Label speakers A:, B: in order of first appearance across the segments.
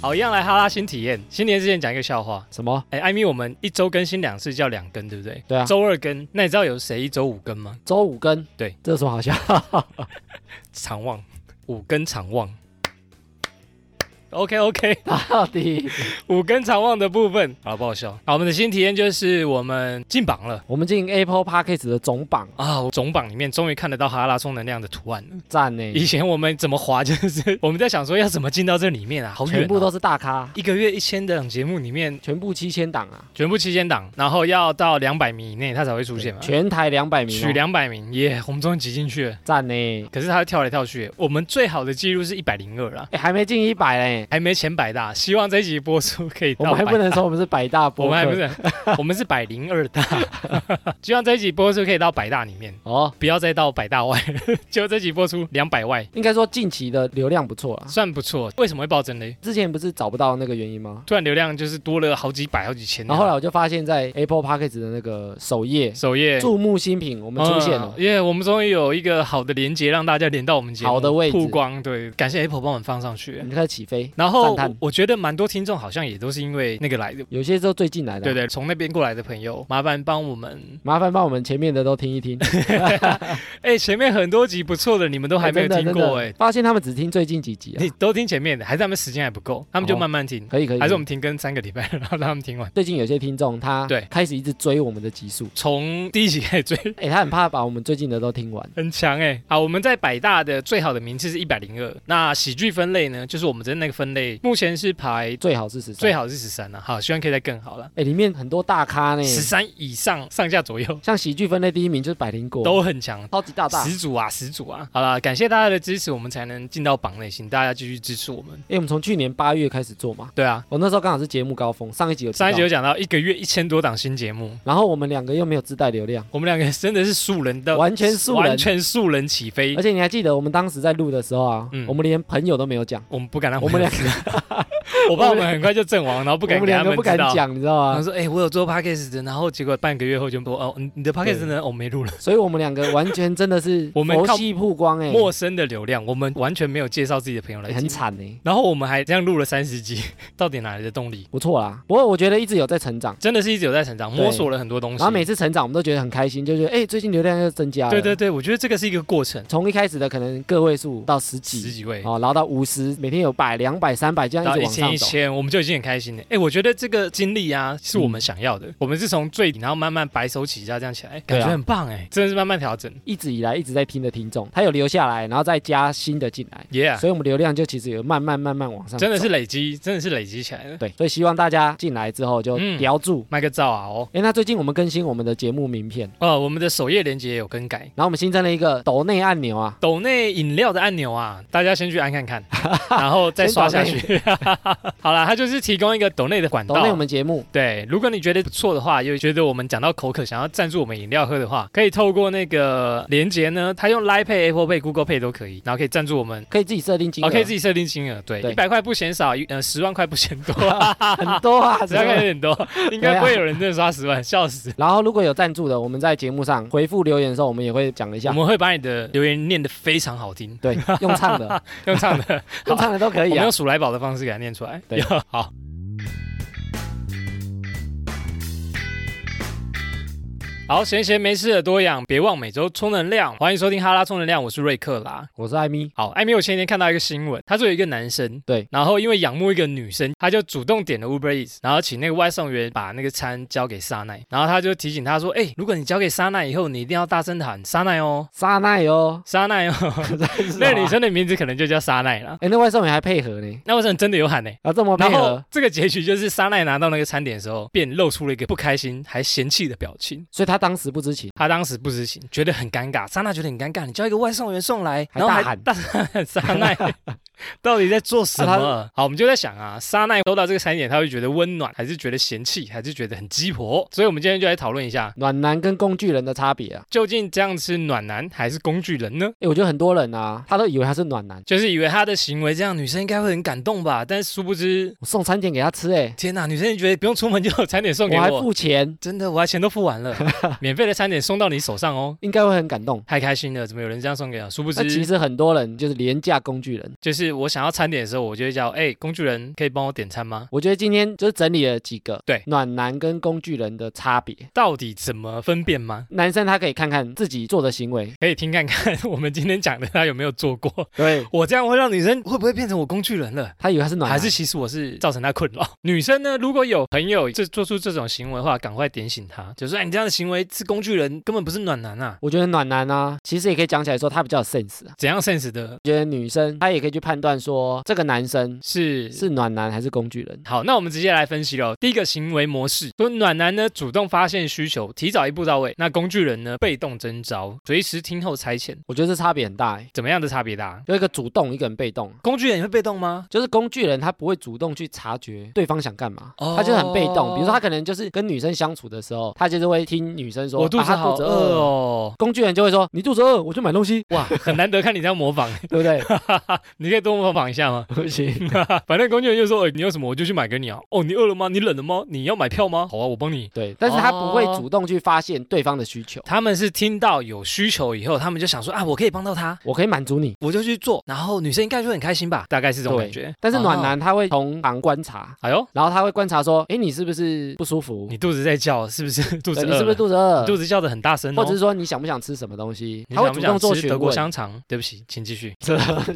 A: 好，一样来哈拉新体验。新年之前讲一个笑话。
B: 什么？
A: 哎，艾米，我们一周更新两次叫两更，对不对？
B: 对啊
A: 周二更。那你知道有谁一周五更吗？
B: 周五更？
A: 对，
B: 这有什么好笑？
A: 常旺，五更常旺。OK OK，
B: 到底
A: 五更常旺的部分，好不好笑？好，我们的新体验就是我们进榜了
B: 我们进 Apple Podcast 的总榜
A: 啊！我总榜里面终于看得到哈拉充能量的图案了。
B: 赞
A: 以
B: 呢，
A: 前我们怎么滑，就是我们在想说要怎么进到这里面啊，好远、
B: 全
A: 啊，
B: 部都是大咖，
A: 一个月一千档节目里面
B: 全部七千档啊，
A: 全部期间档，然后要到两百名以内它才会出现嘛。
B: 全台两百名、
A: 取
B: 哦，
A: 两百名耶我们终于挤进去了。
B: 赞呢。
A: 可是它跳来跳去，我们最好的记录是一百零二啦，
B: 哎，还没进一百嘞，
A: 还没前百大。希望这一集播出可以
B: 我
A: 到
B: 们还不
A: 百，
B: 能说我们是百大播
A: 我
B: 客，
A: 们还不是，我们是百零二 大。希望这一集播出可以到百大里面，
B: 哦。
A: 不要再到百大外。 就这集播出两百外，
B: 应该说近期的流量不错啊，
A: 算不错。为什么会暴增嘞？
B: 之前不是找不到那个原因吗？
A: 突然流量就是多了好几百、好几千。啊
B: 然后后来我就发现，在 Apple Podcast 的那个首页
A: 首页
B: 注目新品，我们出现了
A: 嗯，耶我们终于有一个好的连接，让大家连到我们节目，
B: 好的位置
A: 曝光。对，感谢 Apple 帮我们放上
B: 我
A: 去。
B: 们就开始起飞。
A: 然后
B: 赞叹啊
A: 我我觉得蛮多听众好像也都是因为那个来的，
B: 有些时候最近来的，
A: 对对，从那边过来的朋友，麻烦帮我们。
B: 麻烦帮我们前面的都听一听，
A: 哎，前面很多集不错的，你们都
B: 都
A: 还没有听过哎，
B: 发现他们只听最近几集啊
A: 你，都听前面的，还是他们时间还不够，他们就
B: 哦
A: 慢慢听，
B: 可以可以，
A: 还是我们停更三个礼拜，然后让他们听完。
B: 最近有些听众他
A: 对
B: 开始一直追我们的集 数，
A: 从第一集开始追，
B: 哎，他很怕把我们最近的都听完，
A: 很强哎、好，我们在百大的最好的名次是一百零二，那喜剧分类呢，就是我们的那个分类，目前是排
B: 最好是十三，
A: 最好是十三了，啊好，希望可以再更好了，
B: 哎，里面很多大咖呢，
A: 十三以上上下左右
B: 像喜剧分类第一名就是百灵果，
A: 都很强。
B: 超级大大，
A: 十足啊，十足啊！好了，感谢大家的支持，我们才能进到榜内，请大家继续支持我们。
B: 哎，我们从去年八月开始做嘛，
A: 对啊，
B: 我那时候刚好是节目高峰，上一集有提到
A: 上一集有讲到一个月一千多档新节目，
B: 然后我们两个又没有自带流量，
A: 我们两个真的是素人的，
B: 完全素人
A: 完全素人起飞
B: 而。且你还记得我们当时在录的时候啊，
A: 嗯
B: 我们连朋友都没有讲，
A: 我们不敢让
B: 我们两
A: 个， 我怕我们很快就阵亡，然后不
B: 我
A: 敢
B: 们
A: 给他
B: 两个
A: 们
B: 不
A: 知
B: 敢
A: 道。
B: 讲，你知道
A: 然后
B: 吗？
A: 说，哎、我有做 podcast 的，然后结果半个月后就说，
B: 嗯
A: 哦，你的 podcast 呢，我、没录了。
B: 所以我们两个完全真的是
A: 我们靠
B: 佛系曝光哎、
A: 陌生的流量，我们完全没有介绍自己的朋友来
B: 欸
A: 听，
B: 很惨哎、
A: 然后我们还这样录了三十集， 到底哪来的动力？
B: 不错啦。不过我觉得一直有在成长，
A: 真的是一直有在成长，
B: 对
A: 摸索了很多东西。
B: 然后每次成长我们都觉得很开心，就觉得哎、欸最近流量又增加了。
A: 对对，对，我觉得这个是一个过程，
B: 从一开始的可能个位数到十
A: 十
B: 几，
A: 几位。
B: 哦，然后到五十，每天有百、两百、三百，这样
A: 到
B: 一
A: 一
B: 直往
A: 千
B: 上
A: 一
B: 走。嗯
A: 千，我们就已经很开心了。哎，我觉得这个经历啊，是我们想要的。我们是从最底，然后慢慢白手起家这样起来，感
B: 对啊
A: 觉很棒哎，真的是慢慢调整。
B: 一直以来一直在听的听众，他有留下来，然后再加新的进来，
A: Yeah，
B: 所以我们流量就其实有慢慢慢慢往上。
A: 真的是累积，真的是累积起来了。
B: 对，所以希望大家进来之后就
A: 嗯
B: 叼住，
A: 卖个照啊哦，
B: 哎，那最近我们更新我们的节目名片，
A: 呃，我们的首页链接也有更改。
B: 然后我们新增了一个抖内按钮啊，
A: 抖内饮料的按钮啊，大家先去按看 看，然后再刷下去。 好啦，它就是提供一个抖内的管
B: 抖
A: 道。
B: 内我们节目
A: 对，如果你觉得不错的话，又觉得我们讲到口渴，想要赞助我们饮料喝的话，可以透过那个连接呢，它用 Line Pay、Apple Pay、Google Pay 都可以，然后可以赞助我们。
B: 可以自己设定金额，
A: 哦，可以自己设定金额，对，
B: 对
A: 一百块不嫌少，一呃，十万块不嫌 多，
B: 很 多啊，
A: 十万块有点
B: 真的
A: 多，应该
B: 对 啊
A: 不会有人真的刷十万，笑死。
B: 然后如果有赞助的，我们在节目上回复留言的时候，我们也会讲 一
A: 我
B: 下，
A: 们会把你的留言念得非常好听，
B: 对，用唱的，
A: 用唱的，
B: 用唱的都可
A: 我
B: 以
A: 们
B: 啊
A: 用。数来宝的方式给它念出来。
B: 对
A: 好。好，闲闲没事的多养，别忘每周充能量。欢迎收听哈拉充能量，我是瑞克啦。
B: 我是艾米，
A: 好，艾米，我前几天看到一个新闻，他说有一个男生，
B: 对，
A: 然后因为仰慕一个女生，他就主动点了 Uber Eats，然后请那个外送员把那个餐交给沙奈，然后他就提醒他说，哎、如果你交给沙奈以后，你一定要大声地喊沙奈哦，，
B: 沙奈哦
A: 沙奈哦， 那女
B: 生，
A: 生的名字可能就叫沙奈了。
B: 哎，那外送员还配合呢，
A: 那为什么真的有喊呢、
B: 啊，这么配
A: 然后
B: 合，
A: 这个结局就是沙奈拿到那个餐点的时候，便露出了一个不开心还嫌弃的表情。
B: 所以他当时不知情，
A: 他当时不知情，觉得很尴尬。沙奈觉得很尴尬，你叫一个外送员送来，
B: 还
A: 然后
B: 大
A: 还
B: 喊
A: 大喊沙 奈，到底在做什
B: 啊
A: 么？好，我们就在想啊，沙奈收到这个餐点，他会觉得温暖，还是觉得嫌弃，还是觉得很鸡婆？所以我们今天就来讨论一下，
B: 暖男跟工具人的差别啊，
A: 究竟这样是暖男还是工具人呢？
B: 哎，我觉得很多人啊，他都以为他是暖男，
A: 就是以为他的行为这样，女生应该会很感动吧？但殊不知，
B: 我送餐点给他吃，哎，
A: 天哪，女生觉得不用出门就有餐点送给
B: 我还
A: 我，
B: 付钱，
A: 真的，我还钱都付完了， 免费的餐点送到你手上哦，
B: 应该会很感动。
A: 太开心了！怎么有人这样送给我？殊不
B: 那其
A: 知，
B: 实很多人就是廉价工具人，
A: 就是就是我想要餐点的时候，我就会叫，哎、工具人可以帮我点餐吗？
B: 我觉得今天就是整理了几个
A: 对
B: 暖男跟工具人的差别。
A: 到底怎么分辨吗？
B: 男生他可以看看自己做的行为，
A: 可以听看看我们今天讲的他有没有做过。
B: 对
A: 我这样会让女生会不会变成我工具人了？
B: 他以为他是暖
A: 还
B: 男，
A: 是其实我是造成她困扰？ 女生呢，如果有朋友这做出这种行为的话，赶快点醒她，就说：“哎，你这样的行为是工具人，根本不是暖男啊
B: 我觉得暖男啊，其实也可以讲起来说他比较有 sense 啊。！”
A: 怎样 sense 的
B: 我觉得女生她也可以去判断说这个男生
A: 是
B: 是暖男还是工具人。
A: 好，那我们直接来分析喽。第一个行为模式，说暖男呢主动发现需求，提早一步到位；那工具人呢被动征招，随时听后差遣。
B: 我觉得这差别很大、欸，
A: 怎么样的差别大？
B: 有一个主动，一个很被动。啊
A: 工具人也会被动吗？
B: 就是工具人，他不会主动去察觉对方想干嘛，
A: 哦
B: 他就很被动。比如说，他可能就是跟女生相处的时候，他就是会听女生说：“
A: 我肚子
B: 啊他
A: 好
B: 肚子
A: 饿
B: 饿。”
A: 哦，
B: 工具人就会说：“你肚子饿，我就买东西。” 哇，
A: 很难得看你这样模仿，
B: 对不对？
A: 你可以多模仿一下吗？
B: 不行，
A: 反正工具人就说：“哎、你要什么我就去买给你啊。哦，你饿了吗？你冷了吗？你要买票吗？好啊，我帮你。”
B: 对，但是他不
A: 哦
B: 会主动去发现对方的需求，
A: 他们是听到有需求以后，他们就想说：“啊，我可以帮到他，
B: 我可以满足你。
A: 我就去做。”然后女生应该就很开心吧？大概是这种
B: 对
A: 感觉。
B: 但是暖
A: 哦，
B: 男他会从旁观察，
A: 哎呦，
B: 然后他会观察说：“诶，你是不是不舒服？
A: 你肚子在叫，是不 是肚子
B: 对
A: 饿
B: 你
A: 了？
B: 是不是肚子饿
A: 你？肚子叫的很大声哦，
B: 或者是说你想不想吃什么东西？”
A: 你
B: 他会
A: 想不
B: 主
A: 想
B: 动做
A: 吃德
B: 询
A: 国
B: 问。啊
A: 香肠？对不起，请继 续。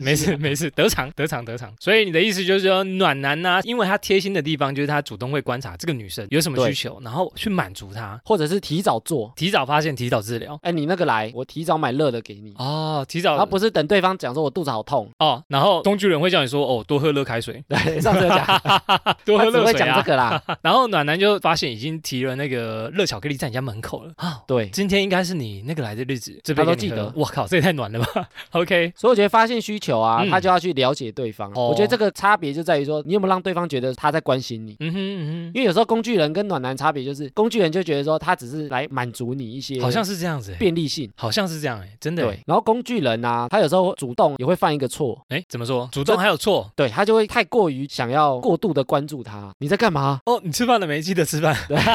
A: 没事没事，得偿得偿得偿。所以你的意思就是说，暖男呢、因为他贴心的地方就是他主动会观察这个女生有什么需
B: 对
A: 求，然后去满足她，
B: 或者是提早做，
A: 提早发现，提早治疗。
B: 哎，你那个来，我提早买热的给你。
A: 哦，提
B: 然后
A: 早
B: 不是等对方讲说我肚子好痛，
A: 哦，然后工具人会叫你说哦，多喝热开水，
B: 对，上次有讲，
A: 多喝
B: 他只
A: 热
B: 会
A: 水
B: 讲
A: 啊
B: 这。个啦，
A: 然后暖男就发现已经提了那个热巧克力在你家门口了啊。
B: 对。
A: 今天应该是你那个来的日子，这边
B: 他都
A: 给你
B: 记
A: 喝
B: 得
A: 我靠，这也太暖了吧 ！OK，
B: 所以我觉得发现需求啊，
A: 嗯
B: 他就要去了解对方。
A: 哦
B: 我觉得这个差别就在于说，你有没有让对方觉得他在关心你？
A: 嗯哼嗯
B: 因为有时候工具人跟暖男差别就是，工具人就觉得说他只是来满足你一些
A: 哼，好像是这样子、欸，
B: 便利性，
A: 好像是这样哎、欸，真的、欸
B: 对。。然后工具人啊，他有时候主动也会犯一个错，
A: 哎，怎么说？主动还有错
B: 对他就会太过于想要过度的关注他，你在干嘛？
A: 哦？你吃饭了没？记得吃饭。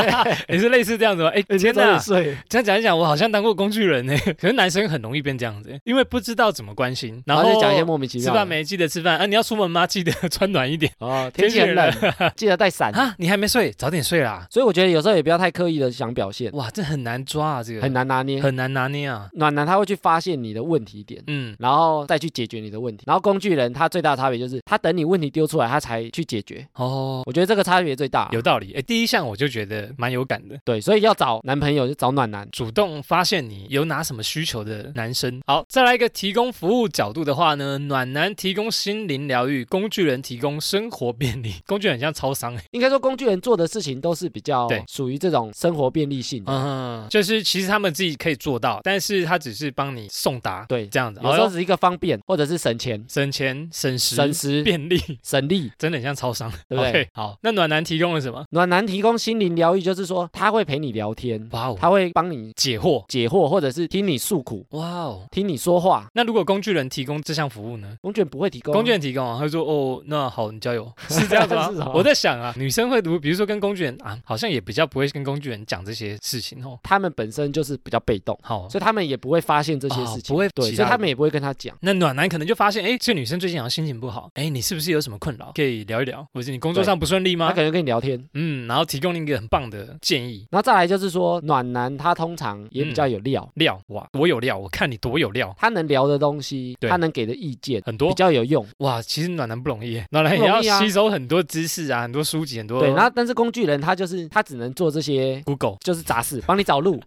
A: 也是类似这样子吗？哎，
B: 你在
A: 天
B: 哪里
A: 哪！
B: 睡？
A: 这样讲一讲，我好像当过工具人呢。欸 可是男生很容易变这样子欸，因为不知道怎么关心，
B: 然
A: 后
B: 后就讲一些莫名其妙
A: 吃
B: 的。
A: 饭没？记得吃饭啊！你要出门吗？记得 穿暖一点
B: 哦， 天气很冷， 记得带伞。
A: 啊！你还没睡，早点睡啦！
B: 所以我觉得有时候也不要太刻意的想表现，
A: 哇，这很难抓啊，这个
B: 很难拿捏。
A: 很难拿捏啊。
B: 暖男他会去发现你的问题点。
A: 嗯，
B: 然后再去解决你的问题。然后工具人他最大的差别就是他等你问题丢出来，他才去解决。
A: 哦，
B: 我觉得这个差别最大。
A: 有道理。哎，第一项我就觉得蛮有感的。
B: 对，所以要找男朋友就找暖男。
A: 主动发现你有哪什么需求的男生。好，再来一个提供服务角度的话呢，暖男提供心灵疗愈，工具人提供生活便利。工具人很像超商、欸，
B: 应该说工具人做的事情都是比较
A: 对
B: 属于这种生活便利性的。
A: 嗯，就是其实他们自己可以做到，但是他只是帮你送达，
B: 对
A: 这样子。
B: 有时
A: 哦
B: 候
A: 哟
B: 只是一个方便，或者是省钱、
A: 省钱省时
B: 省时、
A: 便利，
B: 省力。
A: 真的很像超商，
B: 对不对
A: OK，好，那暖男提供了什么？
B: 暖男提供心灵疗愈，就是说他会陪你聊天，
A: 哇哦，
B: 他会帮你
A: 解惑，
B: 解惑，或者是听你诉苦，
A: 哇哦。
B: 听你说话。
A: 那如果工具人提供这项服务呢？
B: 工具人不会提供啊，
A: 工具人提供啊，他说哦，那好，你加 油，是这样子
B: 是
A: 吗
B: 啊？
A: 我在想啊，女生会读，比如说跟工具人啊，好像也比较不会跟工具人讲这些事情哦。
B: 他们本身就是比较被动，
A: 好，
B: 所以他们也不会发现这些
A: 哦
B: 事情，
A: 不会
B: 对，
A: 其
B: 所以
A: 他
B: 他
A: 人
B: 们也不会跟他讲。
A: 那暖男可能就发现，哎，这女生最近好像心情不好，哎，你是不是有什么困扰？可以聊一聊，或者你工作上不顺利
B: 他
A: 吗
B: 可？能跟你聊天。
A: 嗯，然后提供了一个很棒的建议。
B: 然后再来就是说，暖男他通常也比较
A: 嗯
B: 有料，
A: 料哇，我有料，我看你多有料，
B: 他能聊的东西，
A: 对哦
B: 他能给的意见
A: 很
B: 比
A: 多
B: 较有用。
A: 哇。其实暖男不容易耶，暖男
B: 不
A: 也要
B: 容易啊
A: 吸收很多知识啊，很多书籍，很多
B: 对，然后但是工具人他就是他只能做这些
A: Google
B: 就是杂事，帮你找路，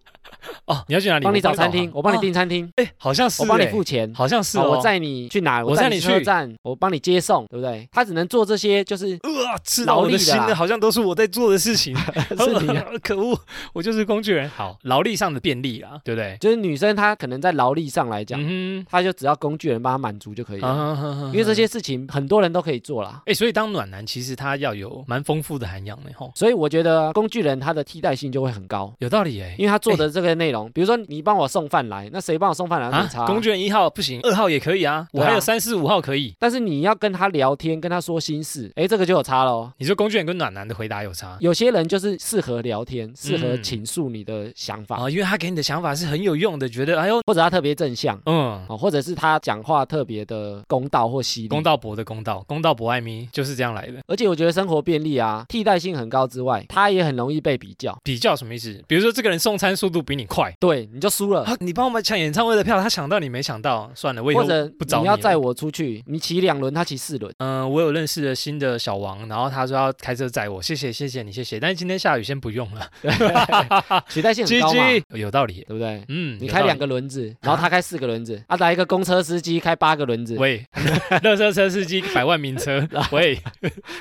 A: 哦，你要去哪里？
B: 帮你
A: 我
B: 找餐
A: 导航
B: 厅，我帮你，订餐厅，
A: 哎，诶好像是，
B: 我帮你
A: 诶
B: 付，钱。
A: 好像是
B: 好
A: 哦，
B: 我载你去哪？
A: 我载
B: 载
A: 你
B: 你车
A: 去
B: 站，我帮你接送，对不对？他只能做这些， 就是
A: 呃，吃到我的心
B: 劳力
A: 了，
B: 啦
A: 好像都是我在做的事 情。
B: 是你啊，
A: 可恶，我就是工具人。好，劳力上的便利啦，对不对？
B: 就是女生她可能在劳力上来讲，
A: 嗯
B: 她就只要工具人帮她满足就可以
A: 哼，
B: 了，
A: 啊哈哈哈
B: 因为这些事情很多人都可以做啦。
A: 哎、所以当暖男其实他要有蛮丰富的涵养的吼，
B: 所以我觉得工具人他的替代性就会很高。
A: 有道理哎、
B: 因为他做的这个内容，比如说你帮我送饭来，那谁帮我送饭来没
A: 啊
B: 差、，
A: 工具人一号不行，二号也可以啊，我
B: 对啊
A: 还有三四五号可以。
B: 但是你要跟他聊天，跟他说心事，哎，这个就有差喽。
A: 你说工具人跟暖男的回答有差
B: 有些人就是适合聊天，适
A: 嗯
B: 合倾诉你的想法，
A: 啊，因为他给你的想法是很有用的，觉得哎呦，
B: 或者他特别正向
A: 嗯，
B: 哦，或者是他讲话特别的公道道或犀利。
A: 公道博的公道，公道博爱咪就是这样来的。
B: 而且我觉得生活便利啊，替代性很高之外，它也很容易被比较。
A: 比较什么意思？比如说这个人送餐速度比你快
B: 对，你就输了。
A: 啊，你帮我们抢演唱会的票，他抢到你没抢到，算了，我以后
B: 或者
A: 不找
B: 你要
A: 你了
B: 载我出去，你骑两轮，他骑四轮，
A: 嗯，我有认识的新的小王，然后他说要开车载我，谢谢谢谢你谢谢，但是今天下雨先不用了，
B: 取代性很
A: 鸡
B: 高嘛，对
A: 鸡有道理，
B: 不对？
A: 嗯，
B: 你
A: 有
B: 开
A: 道理。
B: 两个轮子，然后他开四个轮子，啊，来一个公车司机开八个轮子，
A: 喂， 乐色车 司机，百万名车，喂，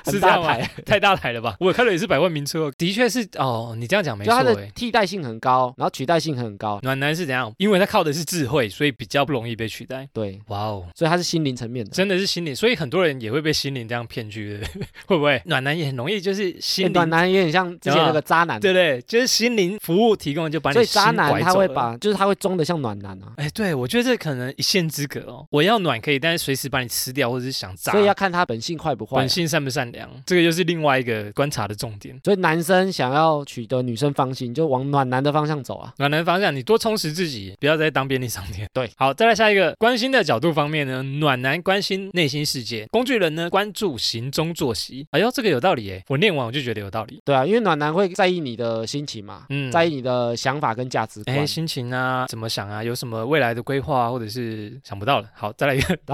B: 很
A: 是这
B: 大
A: 样吗？
B: 台，
A: 太大台了吧？我开的也是百万名车哦，的确是哦，你这样讲没
B: 就
A: 错
B: 它的
A: 诶。
B: 替代性很高，然后取代性很高，
A: 暖男是怎样？因为他靠的是智慧，所以比较不容易被取代。
B: 对，
A: 哇哦，
B: 所以它是心灵层面的。
A: 真的是心灵，所以很多人也会被心灵这样骗去，对不 对会不会？暖男也很容易就是心
B: 欸
A: 灵
B: 暖男有点像之前那个渣男，
A: 对不对？就是心灵服务提供就把你
B: 所以
A: 心
B: 渣男
A: 拐
B: 他
A: 走
B: 会
A: 了
B: 把，就是他会装的像暖男啊，
A: 哎，对，我觉得这可能一线之隔哦。我要暖可以，但是随时把你吃掉，或者是想炸。
B: 所以要啊看他本性坏不坏啊、
A: 本性善不善良，这个又是另外一个观察的重点。
B: 所以男生想要取得女生芳心，就往暖男的方向走啊。
A: 暖男方向，你多充实自己，不要再当便利商店。
B: 对，
A: 好，再来下一个关心的角度方面呢，暖男关心内心世界，工具人呢关注行踪作息。哎呦，这个有道理耶！我念完我就觉得有道理。
B: 对啊，因为暖男会在意你的心情嘛，
A: 嗯，
B: 在意你的想法跟价值观。
A: 哎心情啊，怎么想啊，有什么未来的规划，啊或者是想不到了。好，再来一 个。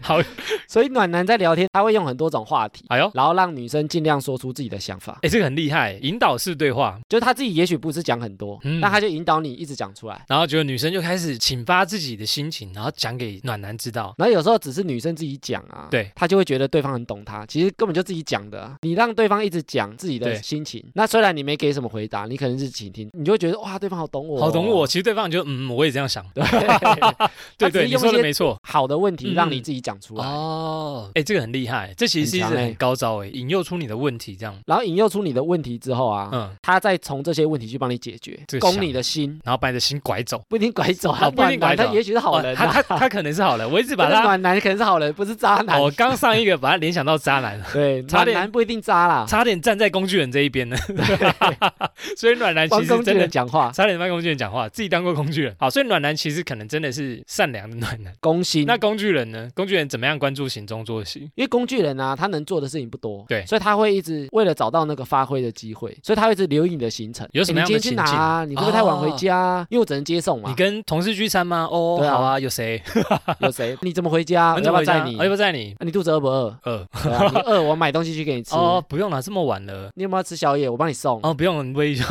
A: 好，
B: 所以暖男在聊天，他会用很多种话题，
A: 哎呦，
B: 然后让女生尽量说出自己的想法。
A: 哎，这个很厉害，引导式对话。
B: 就是他自己也许不是讲很多，
A: 嗯
B: 但他就引导你一直讲出来。
A: 然后结果女生就开始请发自己的心情，然后讲给暖男知道。
B: 然后有时候只是女生自己讲啊，
A: 对，
B: 他就会觉得对方很懂他，其实根本就自己讲的、啊。你让对方一直讲自己的
A: 对
B: 心情，那虽然你没给什么回答，你可能是倾听，你就会觉得哇，对方好懂我哦，
A: 好懂我，其实对方就嗯，我也这样想。
B: 对，他
A: 对
B: 只
A: 对，
B: 是
A: 你
B: 用一
A: 说的
B: 些
A: 没错。
B: 好的问题
A: 嗯
B: 让你自己讲出来，
A: 哦，哎，这个很厉害，这其实是一
B: 很
A: 直
B: 强欸
A: 很高招哎，引诱出你的问题这样。
B: 然后引诱出你的问题之后啊，
A: 嗯，
B: 他再从这些问题去帮你解决
A: 这，个
B: 攻
A: 想
B: 你的心，
A: 然后把你的心拐走。
B: 不一定拐走啊，
A: 哦不一定拐
B: 暖男
A: 走
B: 他也许是好人、
A: 哦
B: 啊
A: 他他他可能是好人，我一直
B: 这
A: 把
B: 个
A: 他，
B: 暖男可能是好人，不是渣男。
A: 我刚上一个把他联想到渣男，
B: 对，
A: 差
B: 暖
A: 点
B: 男不一定渣 啦，
A: 差点站在工具人这一边呢。 所以暖男
B: 帮
A: 其实
B: 工具
A: 真的
B: 人。讲话，
A: 差点帮工具人讲话，自己当过工具人。好，所以暖男其实可能真的是善良的暖男。
B: 攻心。
A: 那工具人呢？工具人怎么样关注行踪作息？
B: 因为工具人啊，他能做的事情不多，
A: 对
B: 所以他会一直为了找到那个发挥的机会，所以他会一直留意你的行程。
A: 有什么
B: 诶
A: 样
B: 你
A: 的
B: 今天去
A: 情
B: 哪
A: 境
B: 啊？你会不会太晚回
A: 哦
B: 家啊？因为我只能接送
A: 你
B: 嘛。
A: 跟同事聚餐吗？哦，
B: 对啊
A: 好啊，有谁？
B: 有谁？你怎么回家？我
A: 很
B: 要
A: 久
B: 不要
A: 回家
B: 载你？
A: 哦要不要载你？
B: 啊你肚子饿不饿？
A: 饿
B: 对啊你饿，我买东西去给你吃。
A: 哦，不用了，这么晚了。
B: 你有没有要吃宵夜？我帮你送。
A: 哦，不用了，你 微笑。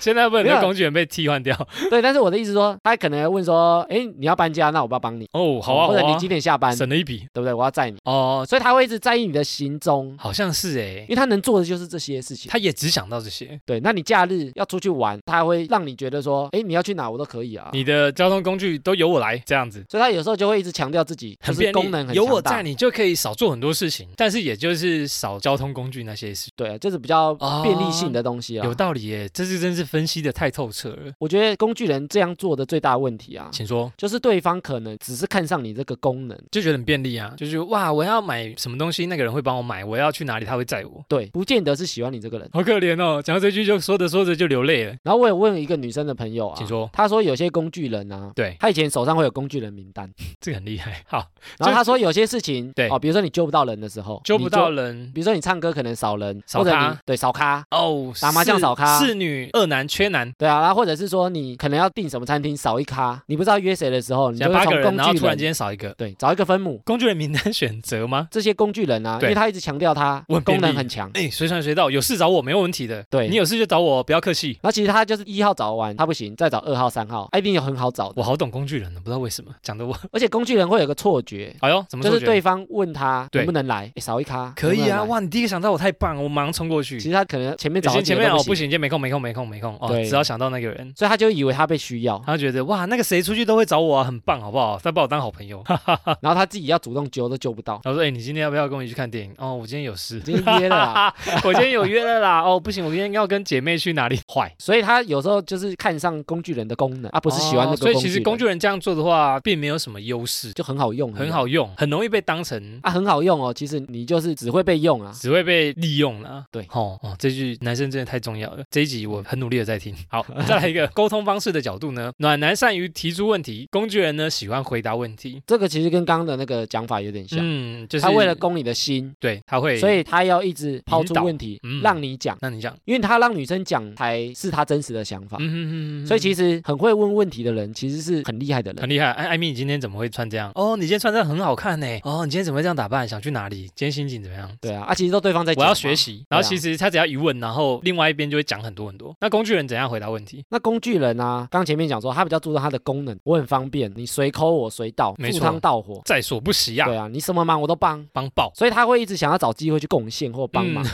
A: 现在不能
B: 没有啊
A: 跟工具人被替换掉。
B: 对，但是我的意思说，他可能会问说，哎，你要搬家，那我不要帮你。
A: 哦，好啊，
B: 或者
A: 好啊
B: 你几点下班？对
A: 省了一笔。
B: 不对？我要载你。
A: 哦，
B: 所以他会一直在意你的行踪，
A: 好像是哎
B: 因，为他能做的就是这些事情。
A: 他也只想到这些。
B: 对，那你假日要出去玩，他会让你觉得说，哎，你要去哪我都可以啊。
A: 你的交通工具都由我来，这样子。
B: 所以他有时候就会一直强调自己就
A: 很
B: 是
A: 便利
B: 功能很，
A: 有我
B: 强大
A: 在，你就可以少做很多事情，但是也就是少交通工具那些事。
B: 对，就是比较
A: 哦
B: 便利性的东西啊。
A: 有道理耶，这是真是分析的太透彻了。
B: 我觉得工具人这样做的最大问题啊，
A: 请说。
B: 就是对方可能只是看上你这个功能，
A: 就觉得很便利啊，就是哇，我要买什么东西，那个人会帮我买；我要去哪里，他会载我。
B: 对，不见得是喜欢你这个人。
A: 好可怜哦，讲到这句就说着说着就流泪了。
B: 然后我有问一个女生的朋友啊
A: 请，说，
B: 她说有些工具人啊。
A: 对，
B: 她以前手上会有工具人名 单，
A: 这个很厉害。好，
B: 然后她说有些事情，
A: 对
B: 哦，比如说你揪不到人的时候，
A: 揪不到
B: 人，
A: 人
B: 比如说你唱歌可能少人，
A: 少
B: 或者你
A: 咖
B: 对少咖，
A: 哦，
B: 打麻将
A: 四
B: 少咖
A: 四女二男缺男，
B: 对啊，然后或者是说你可能要订什么餐厅少一咖，你不知道约谁的时候，你就
A: 讲
B: 会
A: 八
B: 从
A: 个人，
B: 工
A: 然后
B: 具
A: 突然
B: 人
A: 间少一个，
B: 对找一个分母，
A: 工具人名单 选择吗？
B: 这些工具人啊，因
A: 对
B: 为他一直强调他
A: 我很便
B: 功
A: 利
B: 能很强。
A: 哎，随传随到，有事找我没有问题的。
B: 对
A: 你有事就找我，不要客气。
B: 那其实他就是一号找完他不行，再找二号、三号，哎一定有很好找的。
A: 我好懂工具人呢，不知道为什么讲的我，
B: 而且工具人会有个错觉，
A: 哎呦，怎么
B: 就
A: 说
B: 是
A: 觉得
B: 对方问他
A: 对
B: 能不能来，哎少一咖
A: 可以啊，
B: 能不能来
A: 哇，你第一个想到我太棒，我马上冲过去。
B: 其实他可能前面
A: 以
B: 找到
A: 前
B: 几
A: 前
B: 个
A: 面
B: 都
A: 哦
B: 不
A: 不
B: 行，
A: 行，前没空没空没空没空哦，
B: 对
A: 只要想到那个人，
B: 所以他就以为他被需要，
A: 他觉得哇，那个谁出去都会找我、啊，很棒，好不好？再把我当好朋友。然
B: 然后他自己要主动揪都揪不到，
A: 后说，哎、你今天要不要跟我一起去看电影？哦，我今天有 事，
B: 已经约了啦。
A: 我今天有约了啦。哦，不行，我今天要跟姐妹去哪里？坏，
B: 所以他有时候就是看上工具人的功能，啊不是喜欢那
A: 哦
B: 个
A: 所
B: 工具人，
A: 以其实工具人这样做的话，并没有什么优势，
B: 就很好用，
A: 很好用，很容易被当成。
B: 啊，很好用哦。其实你就是只会被用啊。
A: 只会被利用了，
B: 对
A: 哦哦，这句男生真的太重要了。这一集我很努力的在听。 好，再来一个沟通方式的角度呢，暖男善于提出问题，工具人呢喜欢回答问题。
B: 这个其实跟刚刚的那个讲法有点像，
A: 嗯，就是
B: 他为了攻你的心，
A: 对，他会，
B: 所以他要一直抛出
A: 引导
B: 问题
A: 嗯，
B: 让你讲，
A: 那你讲，
B: 因为他让女生讲才是他真实的想法。
A: 嗯哼哼哼，
B: 所以其
A: 实
B: 实很会问问题的人，其实是很厉害的人
A: 很。厉害。艾艾米，你今天怎么会穿这样？哦，你今天穿这样很好看呢。哦，你今天怎么会这样打扮？想去哪里？今天心情怎么样？
B: 对啊，啊，其实都对方在。
A: 我要学。习，然后
B: 对啊
A: 其实他只要一问，然后另外一边就会讲很多很多。那工具人怎样回答问题？
B: 那工具人啊，刚前面讲说他比较注重他的功能，我很方便，你随抠我随到，
A: 没错
B: 赴汤蹈火。
A: 在所不惜呀、
B: 对啊，你什么忙我都帮，
A: 帮 爆，
B: 所以他会一直想要找机会去贡献或
A: 嗯
B: 帮忙。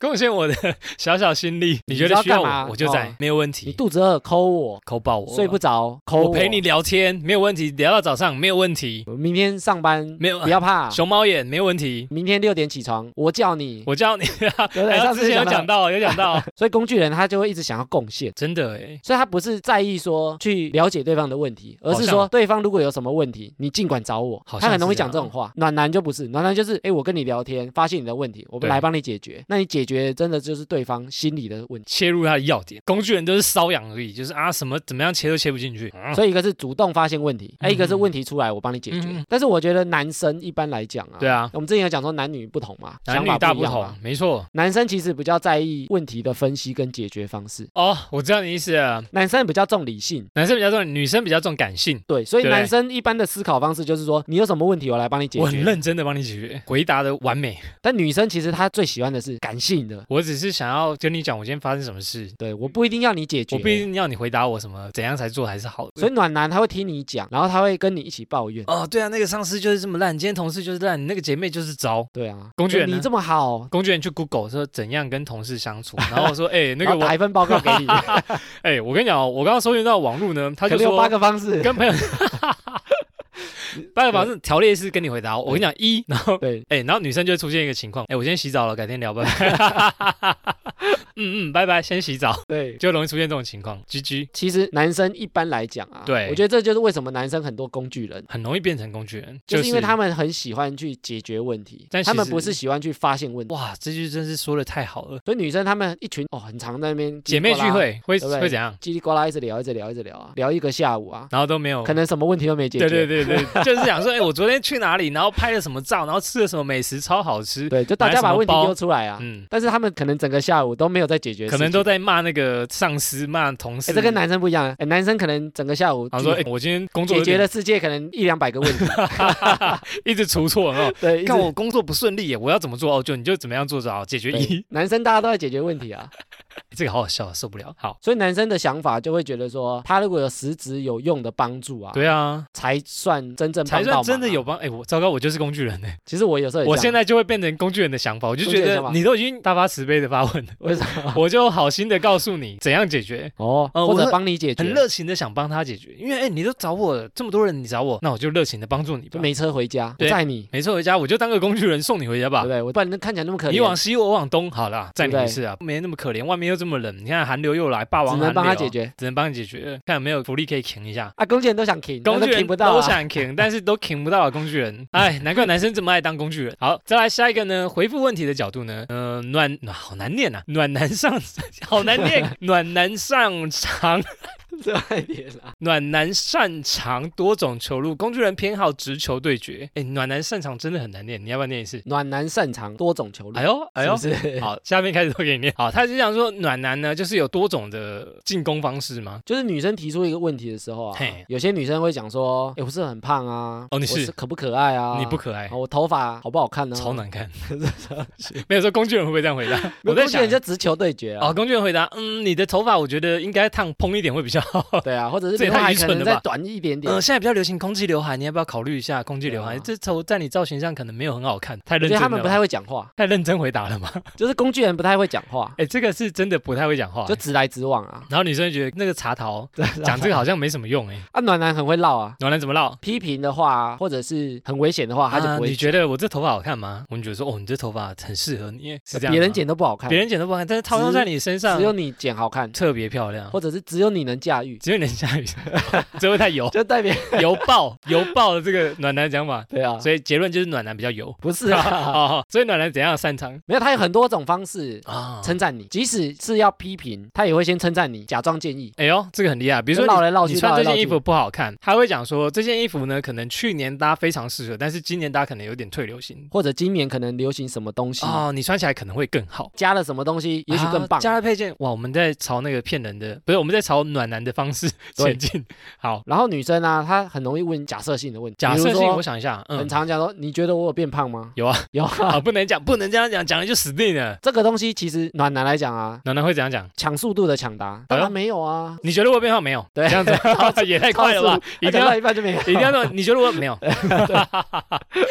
A: 贡献我的 小小心力。你觉
B: 知
A: 得
B: 道
A: 需要
B: 干嘛
A: 我，我就在
B: 哦，
A: 没有问
B: 你
A: 题。
B: 肚子饿抠我，
A: 抠爆我，
B: 睡不着抠
A: 我陪你聊天，没有问题，聊到早上没有问题。
B: 我明天上班
A: 没有
B: 不 要怕，
A: 熊猫眼没有问题，
B: 明天六点起床我叫你。
A: 我叫你。
B: 对不 对？
A: 哎
B: 上
A: 之
B: 次
A: 前有
B: 到
A: 讲到，有讲到，
B: 所以工具人他就会一直想要贡献。
A: 真的哎，
B: 所以他不是在意说去了解对方的问题，而是
A: 好像
B: 说对方如果有什么问题，你尽管找我。
A: 好像
B: 他很容易
A: 是这样
B: 讲这种话。暖男就不是，暖男就是哎、诶我跟你聊天，发现你的问题，我们
A: 对
B: 来帮你解决。那你解决真的就是对方心理的问题。
A: 切入他的要点。工具人都是瘙痒而已，就是啊什么怎么样切都切不进去。嗯
B: 所以一个是主动发现问题，哎、
A: 嗯
B: 一个是问题出来我帮你解决。
A: 嗯嗯
B: 但是我觉得男生一般来讲啊，
A: 对啊，
B: 我们之前有讲说男女不同嘛，
A: 男
B: 想
A: 女
B: 法
A: 大
B: 不
A: 不
B: 一样
A: 同
B: 嘛，。
A: 没错。
B: 男生其实比较在意问题的分析跟解决方式，
A: 哦，我知道你意思了。
B: 男生比较重理性，
A: 男生比较重，女生比较重感性。
B: 对，所以
A: 对
B: 男生一般的思考方式就是说，你有什么问题我来帮你解
A: 我很
B: 决。
A: 认真的帮你解决，回答的完美。
B: 但女生其实她最喜欢的是感性的，
A: 我只是想要跟你讲，我今天发生什么事，
B: 对我不一定要你解决，
A: 我不一定要你回答我什么，怎样才做还是好的。
B: 所以暖男他会听你讲，然后他会跟你一起抱怨。
A: 哦，对啊，那个上司就是这么烂，你今天同事就是烂，你那个姐妹就是糟。
B: 对啊，
A: 工具人呢
B: 你这么好，
A: 工具人去 Google 说怎样跟同事相处，然后 我说，哎、那
B: 然
A: 个
B: 后
A: 我
B: 打，一份报告给 你，
A: 哎、我跟你讲哦，我刚刚搜寻到网络呢，他
B: 可
A: 就
B: 能有八
A: 说
B: 个方 式。
A: 跟朋友，八个方式条列式跟你回答，我跟你讲一，然后。
B: 对，
A: 哎、然后女生就会出现一个情况，哎、我先洗澡了，改天聊，拜 拜。嗯嗯，拜拜，先洗澡，
B: 对。
A: 就容易出现这种情况，GG，
B: 其实男生一般来讲啊，
A: 对
B: 我觉得这就是为什么男生很多工具人，
A: 很容易变成工具人，
B: 就是因为他们很喜欢去解决问题，
A: 但其
B: 他们
A: 实
B: 不是喜欢去发现问题。
A: 哇，这句真是说的太好了。
B: 所以女生她们一群哦，很常在那边叽
A: 姐
B: 里呱
A: 妹
B: 啦
A: 聚，会会
B: 对不对
A: 会怎样？
B: 叽里呱啦一直聊，一直聊，一直聊啊，聊一个下午啊，
A: 然后都没有，
B: 可能什么问题都没解决。
A: 哦对对对对， 就是想说，哎、我昨天去哪里，然后拍了什么照，然后吃了什么美食，超好吃。
B: 对，就大家把问题
A: 买什么包
B: 丢出来啊。
A: 嗯，
B: 但是他们可能整个下午都没有在解决事
A: 可
B: 情，
A: 能都在骂那个上司，骂同
B: 哎，
A: 事。
B: 这跟男生不一样，哎，男生可能整个下午
A: 然后说，
B: 就
A: 哎、我今天工作
B: 解
A: 有
B: 决
A: 点
B: 了世界可能一两百个问 题，
A: 一直出错，然后
B: 对，一直
A: 看我工作不顺利耶，我要怎么做？哦，就你就怎么样做就好，解决一
B: 对。男生大家都在解决问题啊，
A: 这个好好笑，啊受不了。好，
B: 所以男生的想法就会觉得说，他如果有实质有用的帮助啊，
A: 对啊，
B: 才算真正
A: 才
B: 帮到忙
A: 算
B: 啊
A: 真的有。帮。哎、我糟糕，我就是工具人哎，
B: 其实我有时候也
A: 我
B: 这
A: 现
B: 样
A: 在就会变成工具人的想法，我就觉
B: 工具人
A: 得
B: 想法啊
A: 你都已经大发慈悲的发问了，
B: 为什么？
A: 我就好心的告诉你怎样解决。
B: 哦，
A: 呃
B: 或
A: 我
B: 者
A: 是
B: 帮你解
A: 很
B: 决，
A: 热情的想帮他解决，因为哎、你都找我了这么多人，你找我，那我就热情的帮助你吧
B: 就。没车回家，
A: 对
B: 我载你，
A: 每次回家我就当个工具人送你回家
B: 对
A: 吧
B: 不。对？我不然看起来那么可
A: 你往
B: 怜，
A: 西，我往东，好啦，再你
B: 对
A: 一
B: 不对
A: 次啊，没那么可怜，外面又这么冷，你看寒流又来，霸王寒
B: 只
A: 流，
B: 能帮他解，决。
A: 只能帮你解决，看有没有福利可以停一下。
B: 啊，工具人都想停，
A: 工具
B: 但是
A: 人
B: 停不到
A: 都
B: 啊。
A: 想停，但是都停不到啊！工具人，哎，难怪男生这么爱当工具人。好，再来下一个呢？回复问题的角度呢？呃，暖，暖好难念啊，暖男上，好难 念，暖男上场。
B: 这一点啦，
A: 暖男擅长多种球路，工具人偏好直球对决。哎，暖男擅长真的很难念，你要不要念一次？
B: 暖男擅长多种球路
A: 哎，呦，哎呦。
B: 是不是？
A: 好，下面开始都给你念。好，他是想说暖男呢，就是有多种的进攻方式吗？
B: 就是女生提出一个问题的时候啊
A: 嘿，
B: 有些女生会讲说：“哎、我是很胖啊，
A: 哦你
B: 我
A: 是
B: 是可不可爱啊？
A: 你不可爱
B: 啊，，我头发好不好看呢、
A: 超。难 看。没有说工具人会不会这样回答？我
B: 我
A: 在
B: 在想
A: 想
B: 就，直球对决啊，
A: 哦，工具人回答，嗯，你的头发我觉得应该烫蓬一 点会比较好。
B: 对啊，或者是
A: 哦这也
B: 刘
A: 太
B: 海
A: 愚
B: 可
A: 蠢
B: 能
A: 了
B: 再
A: 吧
B: 短一点点。
A: 嗯，现在比较流行空气刘海，你要不要考虑一下空气
B: 对
A: 刘海？
B: 啊
A: 这头在你造型上可能没有很好看，太
B: 我
A: 认
B: 觉
A: 真
B: 得
A: 了吧。
B: 他们不太会讲话，
A: 太认真回答了 嘛？
B: 就是工具人不太会讲话，
A: 哎，这哎个是真的不太会讲话，
B: 就直来直往啊。
A: 然后女生就觉得那个茶 桃讲这个好像没什么用哎、
B: 啊，暖男很会唠啊，
A: 暖男怎么唠？
B: 批评的话、啊、或者是很危险的话，他就
A: 啊
B: 不会
A: 你
B: 讲。
A: 觉得我这头发好看吗？我们觉得说哦，你这头发很适合你耶，是这样吗。啊
B: 别人剪都不好看
A: 别，人剪都不好看，但是套用在你身上哦
B: 只有你剪好看，
A: 特别漂亮。
B: 或者是只有你能这下狱，，
A: 只有点下雨， 这会太油
B: 就代表 ，
A: 油爆油爆的这个暖男讲法
B: 对啊，
A: 所以结论就是暖男比较 油。
B: 不是啊，
A: 哦，所以暖男怎样擅长
B: 没有，他有很多种方式
A: 啊？
B: 称赞你，即使是要批评，他也会先称赞你，假装建议。
A: 哎呦，这个很厉害。比如说
B: 就绕来绕去
A: 你穿这
B: 绕来绕
A: 件
B: 去
A: 衣服不好看，他会讲说这件衣服呢，可能去年搭非常适合，但是今年搭可能有点退流行。
B: 或者今年可能流行什么东西，
A: 哦，你穿起来可能会更好，
B: 加了什么东西，也许更棒
A: 啊。加了配件，哇，我们在朝那个骗人的，不是我们在朝暖男的方 式
B: 对
A: 前进。好，
B: 然后女生呢、她很容易问假设性的问题，
A: 假设
B: 比如
A: 性，
B: 说
A: 我想一下，嗯
B: 很，常讲说，你觉得我有变胖吗？
A: 有啊，
B: 有啊。
A: 啊，不能讲，不能这样讲，讲了就死定了。
B: 这个东西其实暖男来讲啊，
A: 暖男会怎样讲？
B: 抢速度的抢答，当然没有啊，
A: 你觉得我变胖没有？
B: 对
A: 这 样子也哎太快了吧！一
B: 一
A: 定
B: 讲到
A: 要
B: 一半就没有，
A: 一定要说，你觉得我没有？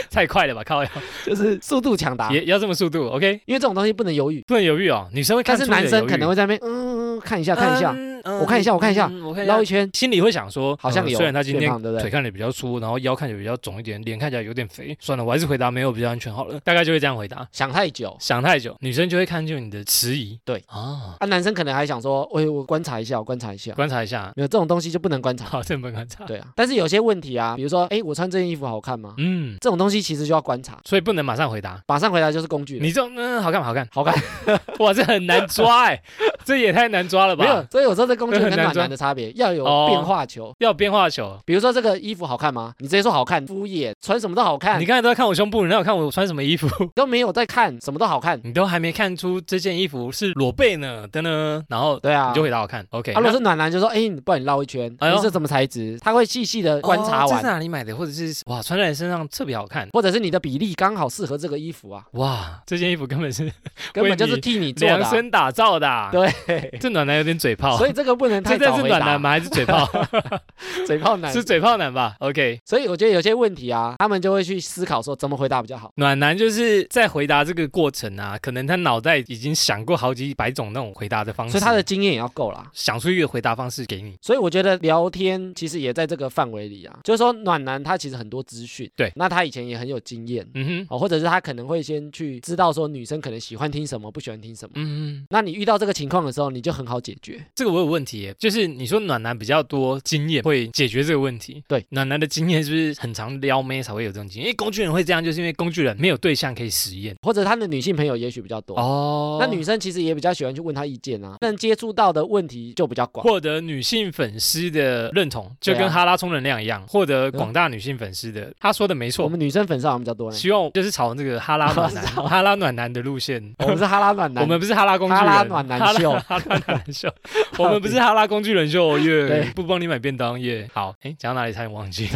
A: 太快了吧！靠，
B: 就是速度抢答，
A: 也要这么速度，OK？
B: 因为这种东西不能犹豫。
A: 不能犹豫哦，女生会看
B: 但
A: 出
B: 是
A: 你的犹
B: 男
A: 豫，
B: 生可能会在那边，嗯，看一下看一下，
A: 嗯，嗯
B: 我看一下我看一下
A: 嗯我看一
B: 绕一
A: 下。
B: 圈，
A: 心里会想说，
B: 好像
A: 嗯
B: 有
A: 虽然他今
B: 变
A: 天
B: 胖，对不
A: 腿
B: 对？
A: 看起来比较粗，然后腰看起来比较肿一点，脸看起来有点肥，算了，我还是回答没有比较安全好了。大概就会这样回答。
B: 想太久
A: 想太久，女生就会看见你的迟疑。
B: 对
A: 啊，
B: 啊，男生可能还想说，喂，我观察一下，我观察一下，
A: 观察一下，
B: 没有这种东西就不能观察。
A: 好，这本观察。
B: 对啊，但是有些问题啊，比如说，哎，我穿这件衣服好看吗？
A: 嗯，
B: 这种东西其实就要观察，
A: 所以不能马上回答。
B: 马上回答就是工具人。
A: 你这种嗯，好看好看，
B: 好看，
A: 哇，这很难抓哎、这也太难抓了
B: 没有
A: 吧？，
B: 所以有时候这工具 人
A: 这很
B: 跟
A: 难
B: 暖
A: 抓
B: 男的差别要有
A: 哦
B: 变化球。
A: 要变化球，
B: 比如说这个衣服好看吗？你直接说好看，敷衍，穿什么都好看，
A: 你
B: 你
A: 刚才都在看我胸部，你哪有看我穿什么衣服？
B: 都没有在看，什么都好看。
A: 你都还没看出这件衣服是裸背呢，噔噔，然后
B: 对啊，
A: 你就回答好看，OK
B: 啊，
A: 那。
B: 如果是暖男就说，哎，你不然你绕一圈，
A: 哎呦
B: 你是什么材质？他会细细的观察
A: 哦这是
B: 完，
A: 哪里买的，或者是哇，穿在你身上特别好看。
B: 或者是你的比例刚好适合这个衣服啊，
A: 哇，这件衣服根本是
B: 根本就
A: 为
B: 是
A: 你
B: 替你做
A: 量
B: 的啊。
A: 身打造的、啊。
B: 对，
A: 这暖男有点嘴炮，
B: 所以这个不能太
A: 这真的
B: 早
A: 是
B: 回
A: 暖男
B: 答，
A: 吗？还是嘴 炮？
B: 嘴炮男。
A: 是嘴炮男吧？OK，
B: 所以我觉得有些问题啊，他们就会去思考说怎么回答比较好。
A: 暖男就是在回答这个过程啊，可能他脑袋已经想过好几百种那种回答的方式，
B: 所以他的经验也要够啦。
A: 想出一个回答方式给你。
B: 所以我觉得聊天其实也在这个范围里啊，就是说暖男他其实很多资讯，
A: 对
B: 那他以前也很有经验。
A: 嗯哼，
B: 哦，或者是他可能会先去知道说女生可能喜欢听什么，不喜欢听什么。
A: 嗯，
B: 那你遇到这个情况的时候，你就很好解决。
A: 这个我有问题耶，就是你说暖男比较多经验会解决这个问题，
B: 对，
A: 暖男的经验是不是很常撩妹才会有这种经验？因为工具人会这样，就是因为工具人没有对象可以实验。
B: 或者他的女性朋友也许比较多，
A: 哦
B: 那女生其实也比较喜欢去问他意见啊，能接触到的问题就比较广。
A: 获得女性粉丝的认同，就
B: 对啊
A: 跟哈拉充能量一样，获得广大女性粉丝的。他说的没
B: 我
A: 错，
B: 们女生粉丝好像比较多呢，
A: 希望就是朝这个哈拉暖男、哈拉暖男的路线。
B: 我们是哈拉暖男，
A: 我们不是哈拉工具人，
B: 哈拉暖男秀
A: 哈拉哈拉暖男秀，我们不是哈拉工具人秀耶
B: 对，
A: 不帮你买便当耶。好，哎，讲到哪里差点忘 记，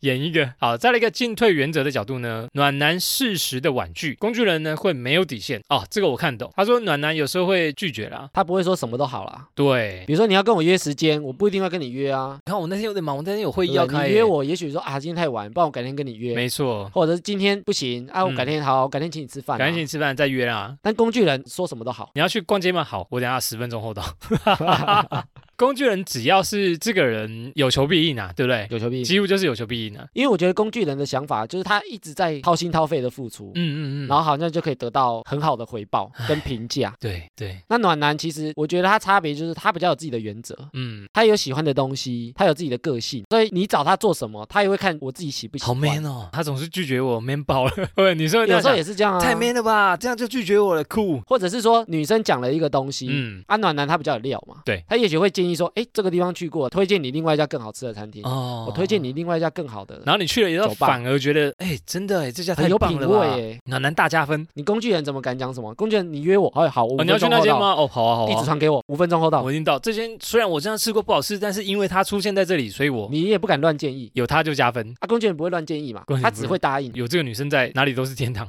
A: 演一个好，再来一个进退原则的角度呢，暖男适时的婉拒，工具人呢会没有底线哦，这个我看懂。他说暖男有时候会拒绝啦，
B: 他不会说什么都好啦。
A: 对。
B: 比如说你要跟我约时间，我不一定要跟你约啊。
A: 你看我那天有点忙，我那天有会
B: 对
A: 议要
B: 不对
A: 开
B: 你
A: 耶
B: 约我，也许说啊今天太晚，不然我改天跟你约，
A: 没错，
B: 或者是今天不行啊，我
A: 嗯
B: 改天好，我改天请你吃饭啊。
A: 赶紧吃饭再约啦。
B: 但工具人说什么都好，
A: 你要去逛街吗？好，我等下十分钟后 到。工具人只要是这个人有求必应啊，对不对？
B: 有求必应。
A: 几乎就是有求必应啊。
B: 因为我觉得工具人的想法就是他一直在掏心掏肺的付出，
A: 嗯嗯嗯，
B: 然后好像就可以得到很好的回报跟评价。
A: 对对，
B: 那暖男其实我觉得他差别就是他比较有自己的原则，
A: 嗯，
B: 他有喜欢的东西，他有自己的个性，所以你找他做什么，他也会看我自己喜不喜
A: 好
B: 欢。
A: man 哦，他总是拒绝我，man 爆了。 对，你说
B: 有时候也是这样啊，
A: 太 man 了吧，这样就拒绝我了，酷。
B: 或者是说女生讲了一个东西，
A: 嗯，
B: 啊，暖男他比较有料嘛，
A: 对
B: 他也许会建议说，哎，这个地方去过，推荐你另外一家更好吃的餐厅，
A: 哦
B: 我推荐。你另外一家更好的，
A: 然后你去了以后，
B: 走吧
A: 反而觉得，哎，真的哎，这家
B: 很
A: 太
B: 有
A: 棒
B: 品
A: 了
B: 味
A: 吧，
B: 耶。
A: 暖男大加分。
B: 你工具人怎么敢讲什么？工具人，你约我，哎，好，我五
A: 哦，
B: 分
A: 你要去
B: 钟
A: 那
B: 后
A: 间
B: 到，
A: 吗？哦，好啊好
B: 地址
A: 啊。
B: 传给我，五分钟后到
A: 我。已经到这间，虽然我这样吃过不好吃，但是因为它出现在这里，所以我
B: 你也不敢乱建议，
A: 有它就加分。
B: 啊，工具人不会乱建议嘛
A: 工具人，
B: 他
A: 不
B: 只
A: 会
B: 会答应。
A: 有这个女生在，哪里都是天 堂。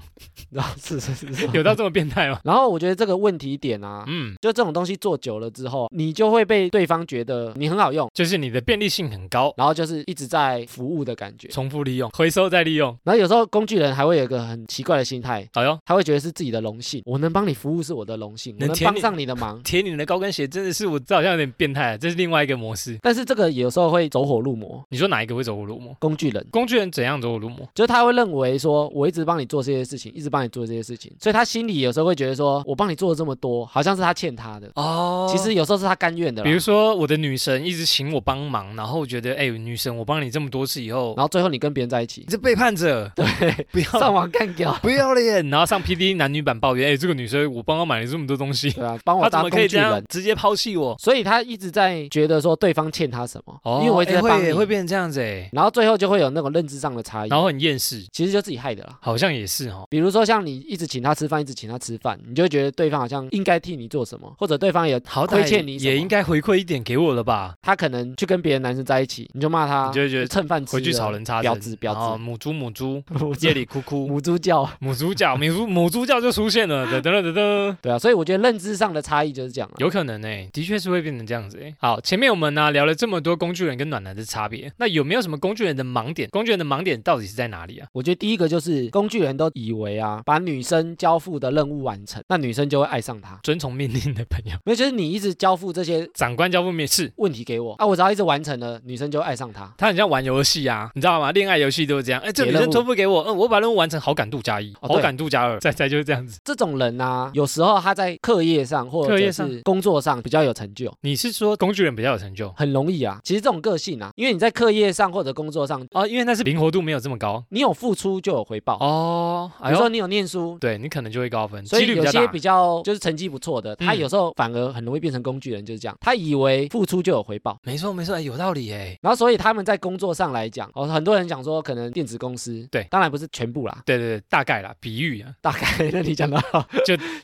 B: 然后是是是是，
A: 有到这么变态吗？
B: 然后我觉得这个问题点啊，
A: 嗯，
B: 就这种东西做久了之后，你就会被对方觉得你很好用，
A: 就是你的便利性很高，
B: 然后就是一直在服务的感觉。
A: 重复利用、回收再利用。
B: 然后有时候工具人还会有一个很奇怪的心态，
A: 哎呦，
B: 他会觉得是自己的荣幸，我能帮你服务是我的荣幸，我
A: 能
B: 能
A: 舔
B: 帮
A: 你
B: 上你的忙。
A: 铁你的高跟鞋真的是我，这好像有点变态，这是另外一个模式。
B: 但是这个有时候会走火入魔，
A: 你说哪一个会走火入魔？
B: 工具人
A: 工具人怎样走火入魔？
B: 就是他会认为说，我一直帮你做这些事情，一直帮你做这些事情，所以他心里有时候会觉得说，我帮你做了这么多，好像是他欠他的，
A: 哦
B: 其实有时候是他甘愿的啦。
A: 比如说我的女神一直请我帮忙，然后觉得哎、女神我帮你这么多次以后，
B: 然后最后你跟别人在一起
A: 你，是背叛者，对，不
B: 上
A: 要，
B: 网干掉
A: 不要脸，然后上 P D 男女版抱怨，哎、这个女生我帮她买了这么多东 西，
B: 对啊，帮我
A: 她怎
B: 当
A: 么
B: 工
A: 可以
B: 具
A: 这样
B: 人。
A: 直接抛弃我？
B: 所以他一直在觉得说对方欠他什么，
A: 哦，
B: 因为我一直
A: 哎
B: 在帮
A: 会
B: 你
A: 耶，会变成这样子哎，
B: 然后最后就会有那种认知上的差异，
A: 然后很厌世，
B: 其实就自己害的啦。
A: 好像也是哦。
B: 比如说像你一直请他吃饭，一直请他吃饭，你就会觉得对方好像应该替你做什么，或者对方也
A: 好歹
B: 亏欠你什么
A: 也应该回馈一点给我了吧？
B: 他可能去跟别的男生在一起，你就骂他，
A: 你就会觉得
B: 蹭饭吃，
A: 回去吵人叉
B: 婊子婊
A: 然后
B: 子，
A: 母猪母猪，
B: 母猪
A: 夜里哭哭，
B: 母猪叫，
A: 母猪叫，母猪母猪叫就出现了，噔噔噔噔。
B: 对啊，所以我觉得认知上的差异就是这样啊。
A: 有可能诶、的确是会变成这样子诶、好，前面我们呢、聊了这么多工具人跟暖男的差别，那有没有什么工具人的盲点？工具人的盲点到底是在哪里啊？
B: 我觉得第一个就是工具人都以为啊，把女生交付的任务完成，那女生就会爱上他。
A: 遵从命令的朋友，
B: 那就是你一直交付这些
A: 长官交付面试。
B: 问题给我啊，我只要一直完成了，女生就会爱上他。
A: 他很像玩游戏啊，你知道吗？恋爱游戏都是这样。哎，这
B: 给
A: 女
B: 任
A: 生
B: 务
A: 托付给我，嗯，我把任务完成，好感度加一，
B: 哦
A: 好
B: 对
A: 感度加二，再再就是这样子。
B: 这种人啊，有时候他在课业上或
A: 课
B: 者
A: 业上
B: 是工作上比较有成就，
A: 你是说工具人比较有成就
B: 很容易啊。其实这种个性啊，因为你在课业上或者工作上，
A: 哦？因为那是灵活度没有这么高
B: 你有付出就有回报。
A: 哦。
B: 比
A: 哎
B: 如
A: 呦
B: 说，你有念书。
A: 对你可能就会高分，
B: 所
A: 几
B: 以
A: 率比
B: 有
A: 较
B: 些
A: 大
B: 比。较就是成绩不错的，他
A: 嗯
B: 有时候反而很容易变成工具人，就是这样。他以为付出就有回报，
A: 没错没错，哎有道理哎。
B: 然后，所以他们在工作上来讲，哦，很多人讲说，可能电子公司，
A: 对
B: 当然不是全部啦，
A: 对对对，大概啦，比喻啊，
B: 大概那你讲到，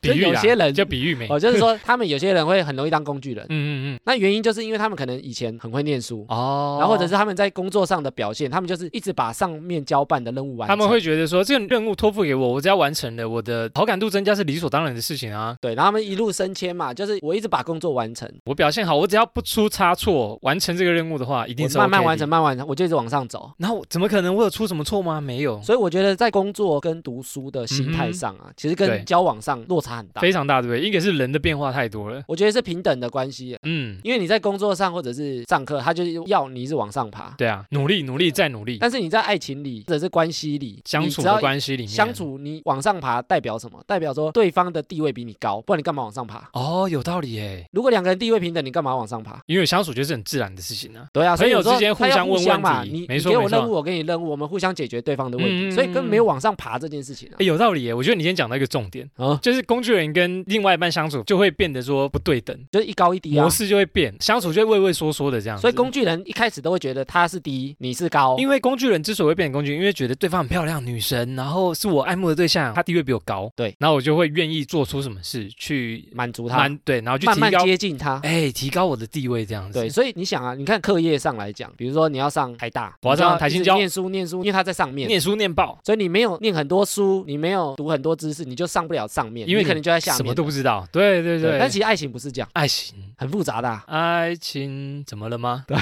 A: 比喻啦
B: 有些人
A: 就比喻美。
B: 哦，就是说他们有些人会很容易当工具人，
A: 嗯嗯嗯，
B: 那原因就是因为他们可能以前很会念书。
A: 哦，
B: 然后或者是他们在工作上的表现，他们就是一直把上面交办的任务完
A: 他
B: 成。
A: 们会觉得说，这个任务托付给我，我只要完成了，我的好感度增加是理所当然的事情啊。
B: 对，然后他们一路升迁嘛，就是我一直把工作完成，
A: 我表现好，我只要不出差错，完成这个任务的话，一定
B: 我
A: 是、OK、哦
B: 慢慢完成，。慢慢完成，我就一直往上走。
A: 然后怎么可能我有出什么错吗？没有，
B: 所以我觉得在工作跟读书的心
A: 嗯
B: 态
A: 哼
B: 上啊，其实
A: 对
B: 跟交往上落差很大。
A: 非常大，对不对？一个是人的变化太多了，
B: 我觉得是平等的关系，啊
A: 嗯，
B: 因为你在工作上或者是上课，他就是要你一直往上爬。
A: 对啊，努力努力再努力，
B: 但是你在爱情里或者是关系里
A: 相处
B: 你只要
A: 的关系里面，
B: 相处，你往上爬代表什么？代表说对方的地位比你高，不然你干嘛往上爬？
A: 哦，有道理耶，
B: 如果两个人地位平等，你干嘛往上爬？
A: 因为相处就是很自然的事情啊。
B: 对啊，所以
A: 朋友
B: 我说
A: 之间互
B: 他要
A: 相问
B: 相嘛，
A: 问题
B: 你
A: 没
B: 你
A: 错
B: 给我
A: 没错
B: 任务，我给你任务，我们互相解决对方的问
A: 嗯
B: 题，所以根本没有往上爬这件事情啊
A: 诶。哎有道理耶，我觉得你今天讲到一个重点，
B: 啊，
A: 就是工具人跟另外一半相处就会变得说不对等，
B: 就是一高一低啊
A: 模。式就会变，相处就会畏畏缩缩的这样子。哦
B: 所以工具人一开始都会觉得他是低，你是高，
A: 因为工具人之所以会变成工具，因为觉得对方很漂亮，女神，然后是我爱慕的对象，她地位比我高，
B: 对，
A: 然后我就会愿意做出什么事去
B: 满足他，
A: 满对，然后去
B: 慢
A: 提
B: 慢
A: 高，
B: 接近他。
A: 哎，提高我的地位这样子。
B: 对，，所以你想啊，你看课业上来讲，比如说你要上台大，
A: 我要
B: 你就
A: 上台新
B: 一直
A: 交
B: 念书念书，因为他在上面，
A: 念书念爆，
B: 所以你没有念很多书，你没有读很多知识，你就上不了上面，
A: 因为
B: 你可能就在下面，
A: 什么都不知道。对对
B: 对
A: 对，
B: 但其实爱情不是这样，
A: 爱情。
B: 很复杂的啊、
A: 爱情怎么了吗？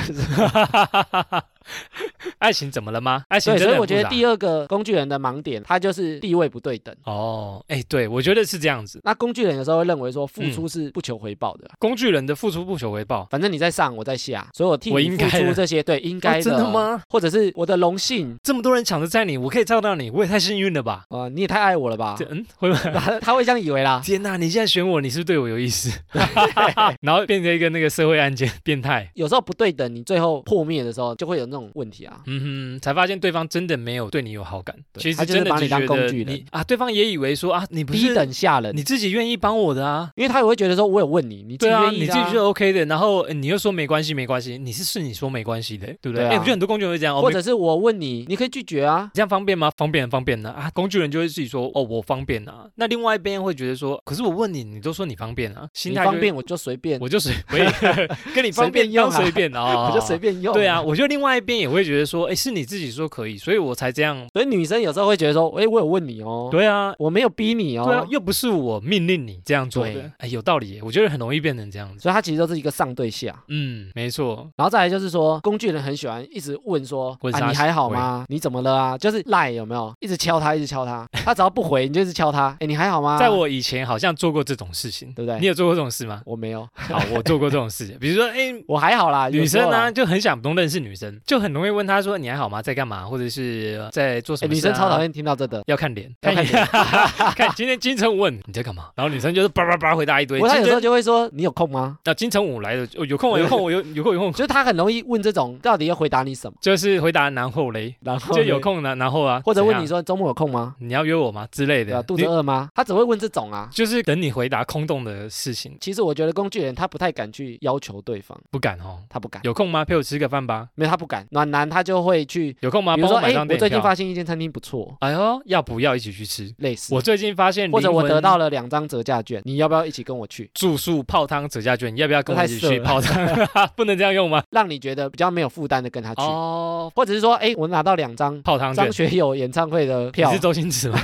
A: 爱情怎么了吗？爱情
B: 对，
A: 真
B: 所
A: 的
B: 以我
A: 很复
B: 觉
A: 杂
B: 得第二个工具人的盲点，他就是地位不对等。
A: 哦，哎，对，我觉得是这样子。
B: 那工具人有时候会认为说
A: 嗯
B: 付出是不求回报的，
A: 工具人的付出不求回报，
B: 反正你在上，我在下，所以我替
A: 我
B: 你
A: 应
B: 付
A: 该的
B: 出这些，对，应该
A: 哦真的吗？
B: 或者是我的荣幸
A: 这么多人抢着在你，我可以照到你，我也太幸运了吧？
B: 啊、呃你也太爱我 了吧
A: 这？嗯，会吗？，
B: 他他会这样以为啦
A: 天哪，你现在选我，你是不是对我有意 思？然后变成一个那个社会案件，变态。
B: 有时候不对等，你最后破灭的时候就会有那种问题啊。
A: 嗯哼，才发现对方真的没有对你有好感，
B: 对
A: 其实
B: 他就是
A: 真的
B: 把你
A: 只觉
B: 当
A: 得
B: 工具人
A: 你啊，对方也以为说啊，你不
B: 低
A: 是
B: 等下人，
A: 你自己愿意帮我的啊，
B: 因为他也会觉得说，我有问你，你自
A: 对
B: 己
A: 啊，
B: 愿
A: 你自
B: 意的
A: 己
B: 啊
A: 觉得 OK 的，然后呃你又说没关系，没关系，你是是你说没关系的，对不对？
B: 对
A: 哎、我
B: 啊
A: 觉得很多工具人会这样，哦、
B: 或
A: 没
B: 者是我问你，你可以拒绝啊。
A: 这样方便吗？方便，方便呢啊！工具人就会自己说哦，我方便啊。那另外一边会觉得说，可是我问你，你都说你方便啊，心
B: 你
A: 态就
B: 方，便我就随便，
A: 我就随便， 跟 你方便
B: 随便用啊
A: 当随便啊，
B: 我就随。便用。
A: 对啊，，我觉得另外一边也会觉得说，哎，是你自己说可以，所以我才这样。
B: 所以女生有时候会觉得说，哎，我有问你哦，
A: 对啊。
B: 我没有逼你
A: 对啊
B: 哦，。
A: 又不是我命令你这样做
B: 对
A: 的，哎，有道理耶，我觉得很容易变成这样子。
B: 所以它其实都是一个上对下。
A: 嗯，没错，
B: 然后再来就是说，工具人很喜欢一直问说，
A: 问
B: 啊
A: 啥
B: 你还好吗？你怎么了啊？就是赖有没有？一直敲他，一直敲 他，他只要不回，你就一直敲他。哎，你还好吗？
A: 在我以前好像做过这种事情，
B: 对不对
A: 你有做过这种事吗？
B: 我没有，
A: 好，我做过这种事，比如说，哎、
B: 我还好啦。
A: 女
B: 啊有时候
A: 生呢、啊
B: 啦
A: 就很想不用认识女生，就很容易问她，他说你还好吗，在干嘛，或者是呃在做什
B: 哎
A: 么、
B: 女生超讨，厌听到这的，
A: 要看脸，
B: 要看
A: 脸， 看今天金城武问你在干嘛，然后女生就是叭叭叭回答一堆。
B: 不过他有
A: 金
B: 时
A: 城
B: 候就会说你有空吗？
A: 那金城武来了，哦有空我有空我有有空有空，
B: 就是他很容易问这种到底要回答你什么，
A: 就是回答然后嘞，
B: 然后
A: 就有空然然后啊，
B: 或者问你
A: 怎样
B: 说周末有空吗？
A: 你要约我吗之类
B: 对
A: 的
B: 啊，，肚子
A: 你
B: 饿吗？他只会问这种啊。
A: 就是等你回答空洞的事情，
B: 其实我觉得工具人他不太敢去要求对方，
A: 不敢哦。
B: 他不敢，
A: 有空吗？陪我吃个饭吧。
B: 没有他不敢。暖男他就会去，
A: 有空吗？
B: 比如
A: 帮
B: 说
A: 我买
B: 哎，
A: 张
B: 我
A: 电
B: 最近
A: 影票。
B: 发现一间餐厅不错，
A: 哎呦，要不要一起去吃？
B: 类似，
A: 我最近发现，
B: 或者我得到了两张折价券，你要不要一起跟我去？
A: 住宿泡汤折价券，要不要跟我一起
B: 这太
A: 去
B: 色了
A: 泡汤？ 不能这样用吗？
B: 让你觉得比较没有负担的跟他去，
A: 哦，
B: 或者是说，哎，我拿到两张
A: 泡汤券
B: 张。学友演唱会的票
A: 你是，周星驰吗？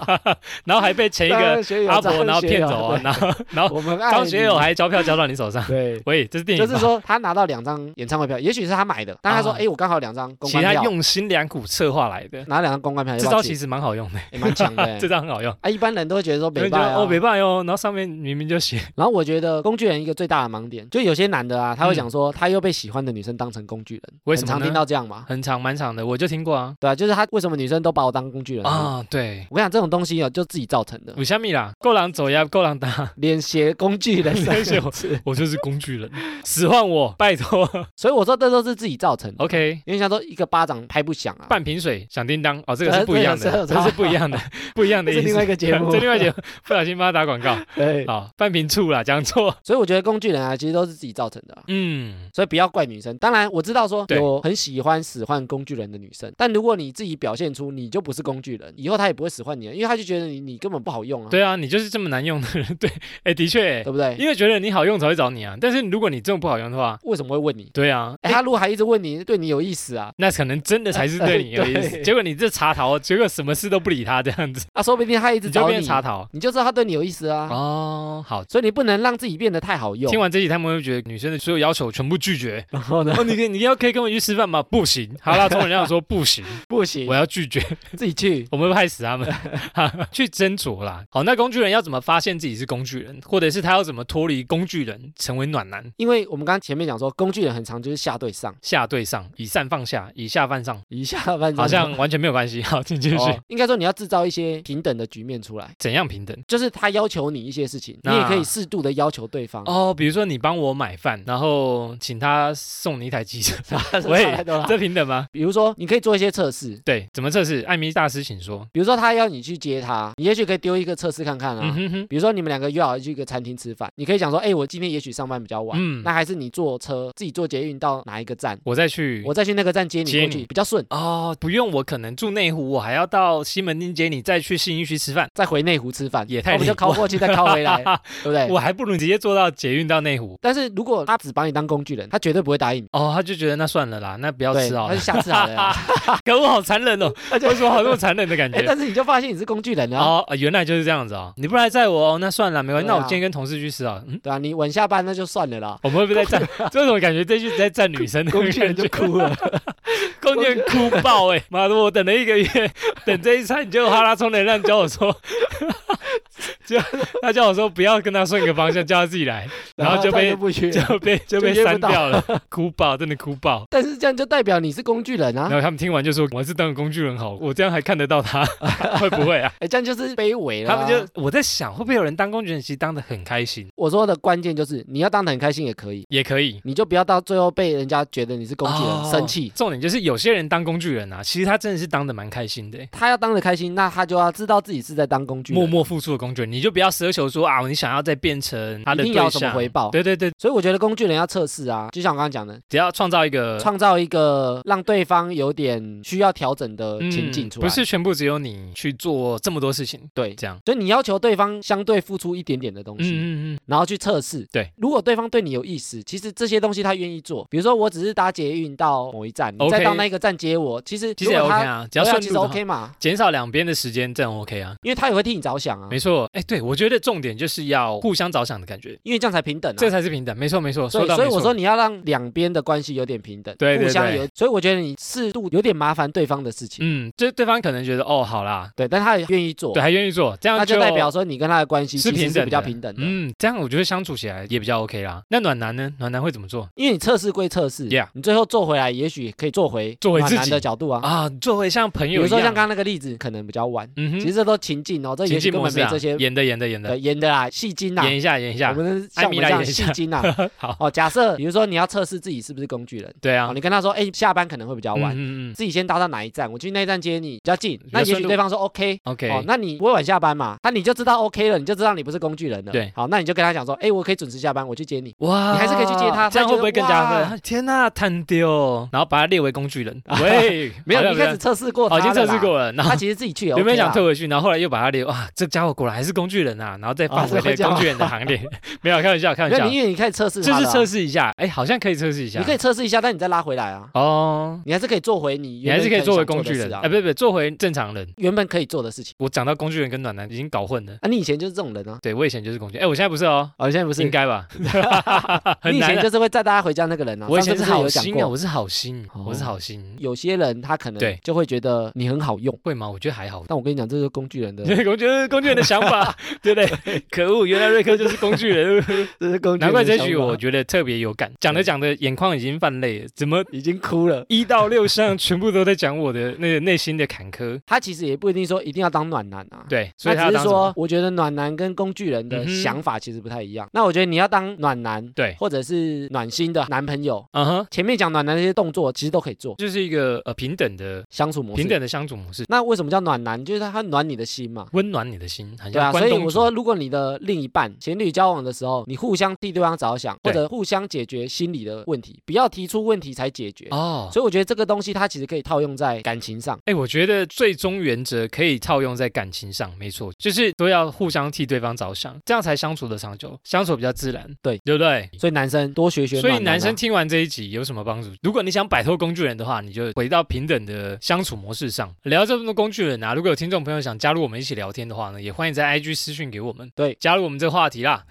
A: 然后还被前一个
B: 张学友
A: 阿伯然后
B: 张学友
A: 骗走啊，
B: 对
A: 然后然后
B: 我们 爱
A: 张学友
B: 你
A: 还交票交到你手上。
B: 对。
A: 喂，这是电影
B: 就
A: 吧，
B: 是说，他拿到两张演唱会票，也许是他买的，但他说：“
A: 啊
B: 哎，我刚好两张公
A: 其
B: 关
A: 实他
B: 票，哎
A: 用心良苦策划来的，
B: 拿两张公关票，
A: 这
B: 要不
A: 招
B: 要去
A: 其实蛮好用的，
B: 也蛮 强的欸。
A: 这招很好用。
B: 啊，一般人都会觉得说
A: 有
B: 北
A: 人觉
B: 拜
A: 得
B: 啊
A: 哦，，没办哦，然后上面明明就写
B: 然后我觉得工具人一个最大的盲点，就有些男的啊，他会讲说他又被喜欢的女生当成工具人，
A: 嗯为
B: 很
A: 什么
B: 常
A: 呢
B: 听到这样嘛，
A: 很长蛮长的，我就听过啊
B: 对啊，就是他为什么女生都把我当工具人啊？
A: 啊，嗯对，
B: 我跟你讲，这种东西啊，就自己造成 的，
A: 五虾米啦，够狼走呀，够狼打，
B: 连写工具 人三
A: 连
B: 个
A: 写我
B: 字，
A: 我就是工具人，使唤我，拜托。
B: 所以我说这都是自己造成的。
A: OK，
B: 因为想说一个巴掌拍不响啊，
A: 半瓶水响叮当，哦，这个是不一样
B: 呃
A: 的，
B: 这个
A: 这
B: 是
A: 是不一样 的，不一样的
B: 这
A: 意思。
B: 是另外一个节目
A: 这另外一个节目不小心帮他打广告。
B: 对，
A: 好，半瓶醋啦，讲错。
B: 所以我觉得工具人啊，其实都是自己造成的啊、
A: 嗯，
B: 所以不要怪女生，当然我知道说
A: 对
B: 有很喜欢使唤工具人的女生，但如果你自己表现出你就不是工具人，以后她也不会使唤你了，因为她就觉得你你根本不好用啊，
A: 对啊，你就是这么难用的人。对， 哎，的确
B: 对，不对？
A: 因为觉得你好用才会找你啊。但是如果你这么不好用的话，
B: 为什么会问你？
A: 对啊，
B: 哎，他如果还一直问你，对你有意思啊，
A: 那可能真的才是对你有意思。
B: 对
A: 结果你这茶桃，结果什么事都不理他，这样子，
B: 啊，说不定他一直
A: 你就
B: 找你
A: 变，茶桃。
B: 你就知道他对你有意思啊。
A: 哦，好。
B: 所以你不能让自己变得太好用
A: 听。完这集，他们会觉得女生的所有要求全部拒 绝。
B: 然后呢？
A: 哦，你可以你要可以跟我去吃饭吗？不行，哈拉通人家说不 行，
B: 不行
A: 我，要拒绝，
B: 自己去。
A: 我们会害死他们， 去斟酌啦。好，那工具人要怎么发现自己是工具人，或者是他要怎么脱离工具人，成为暖男？
B: 因为我们刚刚前面讲说，工具人很常就是下对上，
A: 下对上，以上放下，以下犯上，
B: 一下半身
A: 好像完全没有关系。好，请继续。
B: 哦，应该说你要制造一些平等的局面出来，
A: 怎样平等？
B: 就是他要求你一些事情，你
A: 那
B: 也可以适度的要求对 方。
A: 啊哦，比如说你帮我买饭，然后请他送你一台机 车，喂
B: 差太多了
A: 这平等吗？
B: 啊比如说，你可以做一些测试，
A: 对，怎么测试？艾米大师，请说。
B: 比如说他要你去接他，你也许可以丢一个测试看看
A: 嗯
B: 啊。
A: 哼哼，
B: 比如说你们两个约好去一个餐厅吃饭，你可以讲说，哎，我今天也许上班比较晚，
A: 嗯
B: 那还是你坐车自己坐捷运到哪一个站，
A: 我再去。
B: 我再去那个站接你
A: 嗯接
B: 过
A: 你
B: 去比较顺，
A: 哦，不用，我可能住内湖，我还要到西门町接你，再去信义区吃饭，
B: 再回内湖吃饭，
A: 也太
B: 我们就
A: 离谱
B: 靠过去再靠 回来，对不对？
A: 我还不如直接坐到捷运到内湖。
B: 但是如果他只把你当工具人，他绝对不会答应你。
A: 哦，他就觉得那算了啦，那不要
B: 对，
A: 吃好
B: 他
A: 了
B: 就。下次好了啊。
A: 可恶，好残忍 哦！
B: 而且
A: 为什么好这么残忍的感
B: 哎，
A: 觉？
B: 但是你就发现你是工具人了啊。
A: 哦，呃原来就是这样子哦。你不来载我，哦，那算了，没关系。
B: 对
A: 那
B: 啊
A: 我今天跟同事去吃啊。嗯，
B: 对啊，你晚下班那就算了啦。
A: 我们会不 会在站？这种感觉，这就是在站女生的
B: 工具人就
A: 感觉，
B: 哭了，
A: 工具人哭爆哎！妈的，我等了一个月，等这一餐，你就哈拉充能量教我说， 就他叫我说不要跟他顺一个方向，叫他自己来，然后就
B: 再
A: 被
B: 也不约。
A: 就被就被
B: 就约不
A: 删
B: 到
A: 掉了，哭爆，真的哭爆。
B: 但是这样就代表你是工具人啊
A: 然，后他们听完就说：“我还是当个工具人好，我这样还看得到他， 会不会 啊
B: 哎，这样就是卑微？”了
A: 他
B: 啊。
A: 们就我在想，会不会有人当工具人，其实当的很开心，
B: 我说的关键就是你要当的很开心也可以，
A: 也可以。
B: 你就不要到最后被人家觉得你是工具
A: 哦
B: 人生气。
A: 重点就是有些人当工具人啊，其实他真的是当的蛮开心的欸，
B: 他要当的开心，那他就要知道自己是在当工具
A: 默
B: 人。
A: 默付出的工具人，你就不要奢求说啊，你想要再变成他的
B: 一定
A: 对
B: 要什么
A: 象，
B: 回报
A: 对对对，
B: 所以我觉得工具人要测试啊，就像我刚刚讲的，
A: 只要创造一个
B: 创造一个让对方有点需要调整的
A: 嗯
B: 情境出来。
A: 不是全部只有你去做这么多事情，
B: 对，
A: 这样。
B: 所以你要求对方相对付出一点点的东
A: 嗯
B: 西，
A: 嗯嗯，
B: 然后去测试。
A: 对，
B: 如果对方对你有意思，其实这些东西他愿意做。比如说，我只是搭捷运到某一站，你
A: OK
B: 再到那个站接我，其实
A: 其实也
B: 如果
A: OK
B: 他
A: 啊，只要
B: 对啊
A: 顺
B: 其
A: 路
B: 实
A: 的话
B: OK 嘛，
A: 减少两边的时间，这样 OK 啊。
B: 因为他也会替你着想啊
A: 没。错，哎、哎，对，我觉得重点就是要互相着想的感觉，
B: 因为这样才平等啊。
A: 这才是平等。没错，没错，
B: 所
A: 说
B: 以，
A: 到
B: 所以
A: 没
B: 我
A: 错
B: 说你要让两边的关系有点平等，
A: 对对
B: 互相
A: 对
B: 有。所以我觉得你适度有点麻烦对方的事情，
A: 嗯，就是对方可能觉得哦，好啦，
B: 对，但他也愿意做，
A: 对，还愿意做，这
B: 那
A: 样
B: 就代表说你跟他的关系
A: 是
B: 其
A: 平
B: 实
A: 等
B: 是
A: 的
B: 比较平等的。
A: 嗯，这样我觉得相处起来也比较 OK 啦。那暖男呢？暖男会怎么做
B: 因为你测试归测试
A: Yeah
B: 你最后做回来，也许可以做回
A: 做回
B: 暖
A: 自
B: 男
A: 己
B: 的角度啊。
A: 啊？作为像朋
B: 比
A: 友
B: 如
A: 一
B: 说像
A: 样，
B: 刚刚那个例子，可能比较晚，
A: 嗯
B: 其实
A: 哼，
B: 这都情境哦，这也
A: 情
B: 许
A: 境
B: 根
A: 模
B: 本
A: 式
B: 没
A: 啊
B: 这些
A: 演的演的演的
B: 对演的啦，戏精呐。
A: 演一下演一下
B: 我，们
A: 艾
B: 像我
A: 米
B: 们
A: 拉
B: 这样
A: 演一
B: 戏
A: 下
B: 精呐。
A: 好
B: 哦，假设比如说你要测试自己是不是工具人，
A: 对啊
B: 哦，，你跟他说，哎，下班可能会比较晚，
A: 嗯嗯嗯
B: 自己先搭到哪一站，我去那一站接你，比较近。那
A: 较
B: 也
A: 顺
B: 许
A: 路
B: 对方说 OK，
A: ，OK，
B: 哦，那你不会晚下班嘛？那你就知道 OK 了，你就知道你不是工具人了。
A: 对
B: 好，那你就跟他讲说，哎，我可以准时下班，我去接你。
A: 哇
B: 你还是可以去接他
A: 这样会
B: 他会觉得
A: 不会更加
B: 哇
A: 分？天哪、探丢，然后把他列为工具 人。喂，
B: 没
A: 好
B: 有，
A: 像
B: 你开始测试过他
A: 好
B: 了
A: 哦已
B: 啦，
A: 经测试过了，然后
B: 他其实自己去也 OK
A: 原本想
B: 啦
A: 退回去，然后后来又把他列，哇，这家伙果然还是工具人啊，然后再放
B: 啊
A: 回
B: 是会这
A: 那
B: 样
A: 工
B: 吗
A: 具人的行列。 没有，开玩笑，开玩
B: 没有，
A: 笑
B: 你，因为你开始测试
A: 就
B: 他
A: 是
B: 了啊
A: 测试一下，哎，好像可以测试一下，
B: 你可以测试一下，但你再拉回来啊，
A: 哦。
B: 你还是可以做回你
A: 你
B: 原
A: 还
B: 本
A: 是可以
B: 很
A: 作为
B: 想
A: 工具
B: 的事
A: 人，
B: 啊
A: 哎，不是不是，作为正常人。
B: 原本可以做的事情
A: 我讲到工具人跟暖男已经搞混了，
B: 啊。你以前就是这种人啊，
A: 对我以前就是工具，哎，我现在不是哦，
B: 哦，你现在不是
A: 应，该 吧？很
B: 你以
A: 难
B: 前
A: 啊。
B: 就是会载大家回家那个人啊。
A: 我以
B: 上
A: 前
B: 次不是
A: 好
B: 有讲
A: 心啊，
B: 过，
A: 我是好心，
B: 哦
A: 我是好心，
B: 有些人他可
A: 对
B: 能就会觉得你很好用，
A: 会吗？我觉得还 好。
B: 但我跟你讲，这就是工具人的，
A: 工具人工具人的想法， 对不对？可恶，原来瑞克就是工具人，
B: 这是 工具人的想法。
A: 难怪这局我觉得特别有感。讲着讲着，眼眶已经泛泪了，怎 么？
B: 已经哭了。
A: 一到六上全部都在讲我的那个内心的坎坷，
B: 他其实也不一定说一定要当暖男啊。
A: 对，所以
B: 他
A: 他
B: 只
A: 当
B: 是
A: 什
B: 说
A: 么，
B: 我觉得暖男跟工具人
A: 嗯
B: 的
A: 哼
B: 想法其实不太一样。那我觉得你要当暖男，
A: 对
B: 或者是暖心的男朋友，
A: 嗯哼，
B: 前面讲暖男那些动作其实都可以做，
A: 就是一个呃平等的
B: 相处模式。
A: 平等的相处模式，
B: 那为什么叫暖男？就是他暖你的心嘛。
A: 温暖你的心，很
B: 对
A: 像
B: 啊，
A: 关
B: 所以
A: 东
B: 我
A: 煮
B: 说，如果你的另一半情侣交往的时候，你互相替对方着想，或
A: 对
B: 者互相解决心理的问题，不要提出问题才解决。
A: 哦。
B: 所以我觉得这个东西它其实可以套用在感情上。
A: 哎，我觉得最终原则可以套用在感情上，没错，就是都要互相替对方着想，这样才相处的长久，相处比较自然，
B: 对
A: 对不对？
B: 所以男生多学学
A: 所
B: 暖
A: 以
B: 啊，
A: 男生听完这一集有什么帮助？如果你想摆脱工具人的话，你就回到平等的相处模式上。聊这么多工具人啊，如果有听众朋友想加入我们一起聊天的话呢，也欢迎在 IG 私讯给我们，
B: 对
A: 加入我们这个话题啦。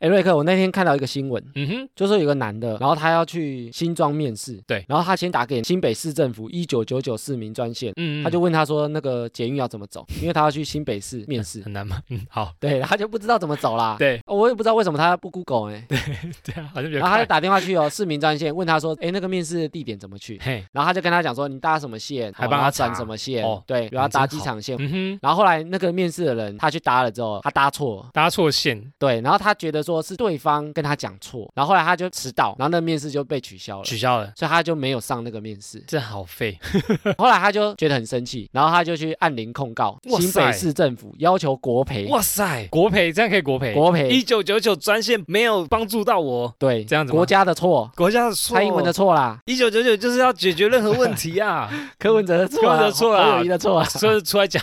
B: 哎，瑞克，我那天看到一个新闻，
A: 嗯哼，
B: 就说有个男的，然后他要去新庄面试，
A: 对
B: 然后他先打给新北市政府一九九九市民专线，
A: 嗯，嗯
B: 他就问他说那个捷运要怎么走，因为他要去新北市 面 试，
A: 很难吗？嗯，好，
B: 对，他就不知道怎么走啦，
A: 对
B: 哦，我也不知道为什么他不 Google 哎、
A: 对啊，好像比较
B: 然后他
A: 快
B: 就。打电话去哦市民专线问他说，哎，那个面试的地点怎么去？
A: 嘿，
B: 然后他就跟他讲说你搭什么线，
A: 还
B: 哦
A: 帮他
B: 然后
A: 查
B: 转什么线，
A: 哦
B: 对，然后
A: 真好
B: 搭机场线。
A: 嗯哼，
B: 然后后来那个面试的人，他去搭了之后，他搭错了，
A: 搭错线，
B: 对，然后他觉得说是对方跟他讲错，然后后来他就迟到，然后那个面试就被取消了。
A: 取消了，。
B: 所以他就没有上那个面试
A: 这好废。
B: 后来他就觉得很生气，然后他就去按铃控告
A: 哇
B: 新
A: 塞
B: 北市政府，要求国赔。
A: 哇塞，国赔这样可以国赔，
B: 国赔
A: 一九九九专线没有帮助到我，
B: 对，
A: 这样子吗
B: 国家的错，
A: 国家的错，
B: 蔡英文的错啦，
A: 一九九九就是要解决任何问题啊，
B: 柯文哲的错哦啦，
A: 柯文哲的错啊啦
B: 侯友谊的错啦。
A: 所以出来讲。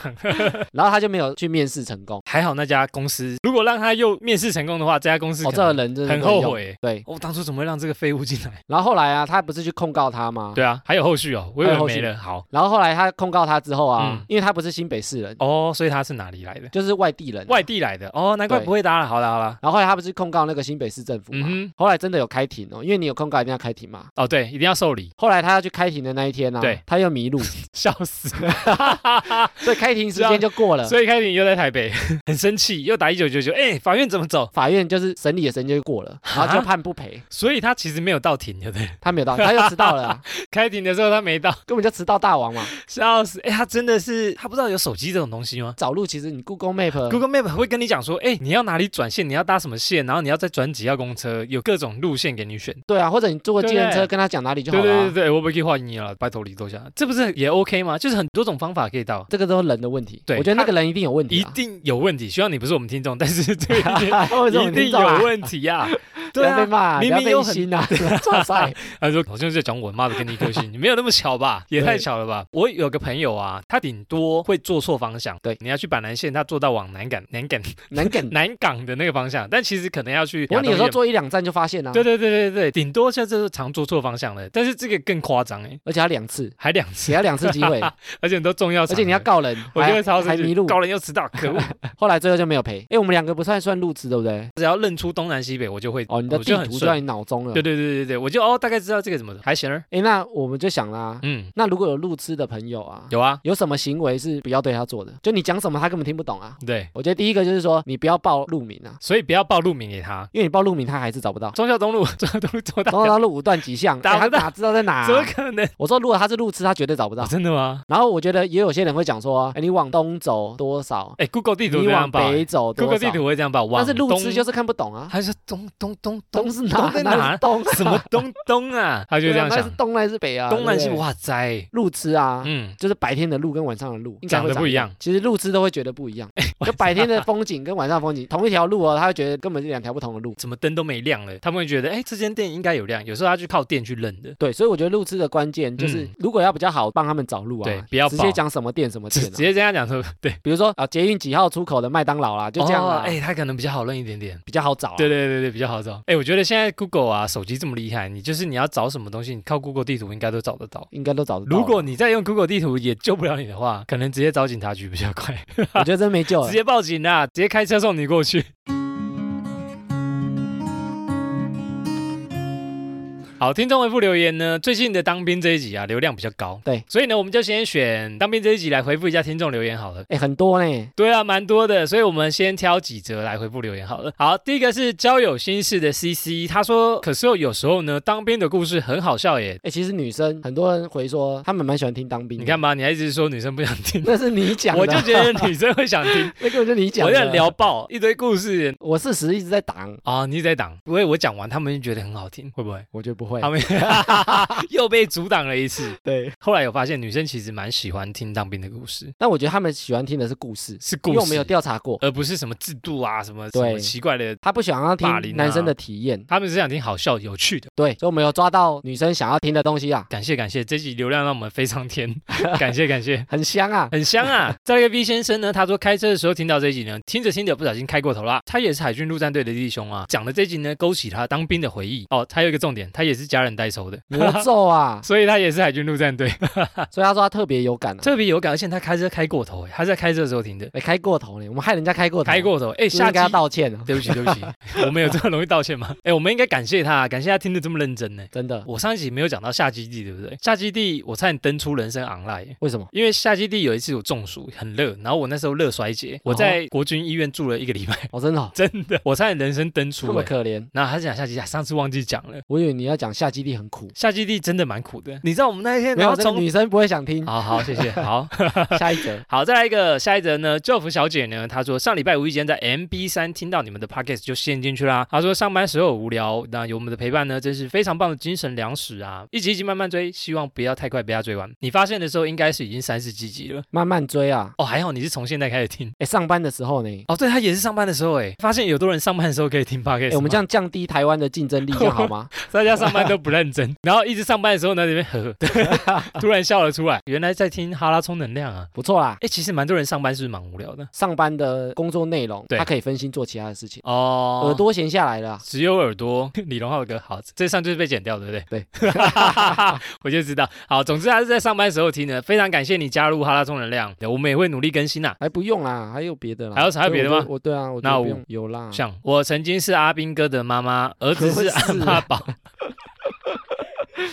B: 然后他就没有去面试成功。
A: 还好那家公司，如果让他又面试成功的话，这家公司
B: 哦，
A: 可
B: 这
A: 能
B: 个人真的
A: 很
B: 不能
A: 后
B: 用。
A: 悔。
B: 对，
A: 我、当初怎么会让这个废物进来？
B: 然后后来啊，他不是去控告他吗？
A: 对啊，还有后续哦，我以
B: 还
A: 为
B: 有后
A: 没
B: 续
A: 了。好
B: 然后后来他控告他之后啊，
A: 嗯
B: 因为他不是新北市人，
A: 哦，所以他是哪里来的？
B: 就是外地人啊、
A: 外地来的哦，难怪
B: 对啊
A: 不会搭了。好了好了，
B: 然后后来他不是控告那个新北市政府嘛？
A: 嗯哼
B: 后来真的有开庭哦，因为你有控告一定要开庭嘛。
A: 哦对，一定要受理，
B: 后来他要去开庭的那一天呢、
A: 对
B: 他又迷路，
A: 笑 死。
B: 所以开庭时间就过了。
A: 啊所以开庭又在台北， 很生气，又打一九九九。哎，法院怎么走？
B: 法院就是审理的时间就过了，然后就
A: 哈
B: 判不赔，
A: 所以他其实没有到庭，对不 对？
B: 他没有到，他又迟到了啊，
A: 开庭的时候他没到，
B: 根本就迟到大王嘛。
A: 笑死。哎，他真的是他不知道有手机这种东西吗？
B: 找路其实你 Google Map，
A: Google Map 会跟你讲说，哎、你要哪里转线，你要搭什么线，然后你要再转几号公车，有各种路线给你选。
B: 对啊，或者你坐个
A: 对
B: 计
A: 不对
B: 程车跟他讲哪里就
A: 对
B: 好了
A: 对对
B: 啊。
A: 对，我不可以画你了，拜托你多下，这不是也 OK 吗？就是很多种方法可以到，
B: 这个都是人的问题，啊
A: 对
B: 我觉得那个人一定有问
A: 一
B: 题啊。
A: 定有问题。希望你不是我们听众，但是这个
B: 为什么
A: 一
B: 你听
A: 定
B: 众啊
A: 有问题呀、
B: 不
A: 啊对
B: 要被
A: 啊，
B: 骂啊，不
A: 明
B: 要
A: 明有
B: 被
A: 很
B: 心啊，抓塞，
A: 他说好像是在讲我妈的给你一颗 星，没有那么巧吧？也太巧了吧！我有个朋友啊，他顶多会做错方向，
B: 对
A: 你要去板南线，他坐到往南港、南港、
B: 能梗。
A: 南港的那个方向，但其实可能要去
B: 不过
A: 亚
B: 你
A: 东
B: 有时候
A: 院。
B: 做一两站就发现啊啦、
A: 对对对对对，顶多像这是常做错方向了，但是这个更夸张哎，
B: 而且要两次，
A: 还两
B: 给
A: 次，
B: 他两次机 会，
A: 而且都重要场合，
B: 而且你要告人，
A: 我就
B: 还
A: 会超生
B: 还
A: 气
B: 迷路，
A: 高人又迟到，可 恶！
B: 后来最后就没有赔。哎，我们两个不算算路痴，对不对？
A: 只要认出东南西北，我就会
B: 哦，你的
A: 我
B: 地
A: 就很
B: 图就
A: 顺
B: 在你脑中了
A: 对。对对对对，我就哦大概知道这个怎么还行儿，
B: 哎，那我们就想啦，
A: 嗯，
B: 那如果有路痴的朋友啊，
A: 有啊，
B: 有什么行为是不要对他做的？就你讲什么他根本听不懂啊。
A: 对，
B: 我觉得第一个就是说，你不要报路名啊，
A: 所以不要报路名给他。
B: 因为你报路名他还是找 不到。
A: 中孝东路，中孝东路做到
B: 中央路五段 几巷，
A: 打啊
B: 哎他
A: 不到
B: 哪知道在哦哪啊、啊
A: 怎么可能？
B: 我说如果他是路痴，他绝对找不 到
A: 哦、。真的吗？
B: 然后我觉得也有些人会讲说，哎，你往东走多少？
A: 哎，Google 地图
B: 你
A: 这样
B: 往
A: 报欸
B: 北走多
A: ，Google
B: 少
A: 地？图会这样报，
B: 但
A: 往
B: 是路痴就是是看不懂啊，
A: 还是东东 东
B: 东是哪？
A: 东在
B: 哪是
A: 哪？
B: 东？
A: 什么东东啊？他就
B: 对
A: 这
B: 啊
A: 样
B: 那是
A: 想，
B: 东还是北啊？
A: 东南西
B: 对不对
A: 哇塞，
B: 路痴啊。
A: 嗯，
B: 就是白天的路跟晚上的路应该会
A: 长得不一样，
B: 其实路痴都会觉得不一 样。就白天的风景跟晚上的风景，同一条路哦，他会觉得根本是两条不同的路。
A: 怎么灯都没亮了？他们会觉得，哎，这间店应该有亮，有时候他去靠店去认的，
B: 对，所以我觉得路痴的关键就是
A: 嗯，
B: 如果要比较好帮他们找路啊，
A: 对不要
B: 直
A: 报
B: 接讲什么店什么
A: 直
B: 店
A: 直
B: 啊，
A: 接这样讲 说，对，
B: 比如说啊捷运几号出口的麦当劳啦，就这样
A: 哦
B: 啊，
A: 哎，他可能比较好认一点点。
B: 比较好找啊。
A: 对对对对，比较好找。哎，我觉得现在 Google 啊，手机这么厉害，你就是你要找什么东西，你靠 Google 地图应该都找得到。
B: 应该都找得到啊了。
A: 如果你再用 Google 地图也救不了你的话，可能直接找警察局比较快，
B: 我觉得真没救了
A: 直，接报警啦，直接开车送你过 去。好，听众回复留言呢，最近的当兵这一集啊，流量比较高，
B: 对，
A: 所以呢，我们就先选当兵这一集来回复一下听众留言好了。
B: 哎，很多呢，
A: 对啊，蛮多的，所以我们先挑几则来回复留言好了。好，第一个是交友心事的 C C，他说，可是哦有时候呢，当兵的故事很好笑耶。
B: 哎，其实女生很多人回说，他们蛮喜欢听当兵。
A: 你看，吧，你还一直说女生不想听，
B: 那 是你嗯讲的，，
A: 我就觉得女生会想听
B: 那个就你 讲
A: 我
B: 的。
A: 在聊爆一堆故事
B: 我事实一直在挡，
A: 啊、你在挡，因为我讲完，他们就觉得很好听，会不会？
B: 我觉得不会
A: 他。们 又被阻挡了一次。
B: 对，
A: 后来有发现，女生其实蛮喜欢听当兵的故事，
B: 但我觉得他们喜欢听的是故事，
A: 是
B: 因
A: 故
B: 为我
A: 事，呃
B: 们有调查过，
A: 而不是什么制度啊，什么什
B: 对
A: 么奇怪的。
B: 他不想要
A: 霸凌
B: 听
A: 啊
B: 男生的体验。
A: 他们是想听好笑、有趣的。
B: 对，所以我们有抓到女生想要听的东西啊，
A: 感谢感谢，这集流量让我们飞上天， 感谢感谢。
B: 很 香啊。
A: 很香啊！再来一个 V 先生呢，他说开车的时候听到这一集呢，听着听着不小心开过头啦。他也是海军陆战队的弟兄啊，讲的这一集呢，勾起他当兵的回忆哦。他有一个重点，他也是家人代收 的，，
B: 魔咒啊
A: 所以他也是海军陆战队，
B: 所以他说他特别有感啊。
A: 特别有感。而且他开车开过头，哎他在开车的时候听的，
B: 哎，开过头了，我们害人家开过头，
A: 开过头，哎，
B: 是不是
A: 下
B: 应该要
A: 集。
B: 道歉啊，
A: 对不起，对不起，我们有这么容易道歉吗？ 哎，我们应该感谢他，感谢他听得这么认真呢。
B: 真的。
A: 我上一集没有讲到下基地，对不对？下基地我差点登出人生 online，耶
B: 为什么？
A: 因为夏基地有一次我中暑，很热，然后我那时候热衰竭，我在国军医院住了一个礼拜，
B: 哦，真的哦
A: 真的，我差点人生登出
B: 这么
A: 了。
B: 可怜。
A: 然后他讲夏基地，啊上次忘记讲了，
B: 我以为你要讲下基地很苦，
A: 夏基地真的蛮苦的。你知道我们那一天，
B: 没
A: 然
B: 有
A: 后
B: 这个
A: 从
B: 女生不会 想听。
A: 好好谢谢好。
B: 下一则，
A: 好，再来一个，下一则呢？舅福小姐呢？她说上礼拜无意间在 MB 三听到你们的 podcast 就陷进去啦。她说上班时候无聊，那有我们的陪伴呢，真是非常棒的精神粮食啊！一集一集慢慢追，希望不要太快被她追完。你发现的时候应该是已经三十几集了
B: 慢慢追啊。
A: 哦，还好你是从现在开始听。
B: 哎，上班的时候呢，
A: 哦，对，他也是上班的时候哎，发现有多人上班的时候可以听 podcast，
B: 哎，我们这
A: 样
B: 样降低台湾的竞争力，这样 好吗？
A: 大家上班都不认 真，然后一直上班的时候呢，那边呵呵，对突然笑了出来，原来在听哈拉充能量啊。
B: 不错啦。
A: 哎，其实蛮多人上班是不是蛮无聊的
B: 上班的工作内容，
A: 对
B: 他可以分心做其他的事情，
A: 哦，
B: 耳朵闲下来了啊。
A: 只有耳朵， 李荣浩的歌好，这上就是被剪掉，对不对？
B: 对，
A: 我就知道。好，总之他是在上班的时候听的，非常感谢你加入哈拉充能量，我们也会努力更新啊。
B: 还不用啦，还有别的啦。
A: 还有还有别的吗
B: 我我对啊，我觉
A: 那
B: 得
A: 我
B: 不用有啦。
A: 像我曾经是阿兵哥的妈妈，儿子是阿妈宝。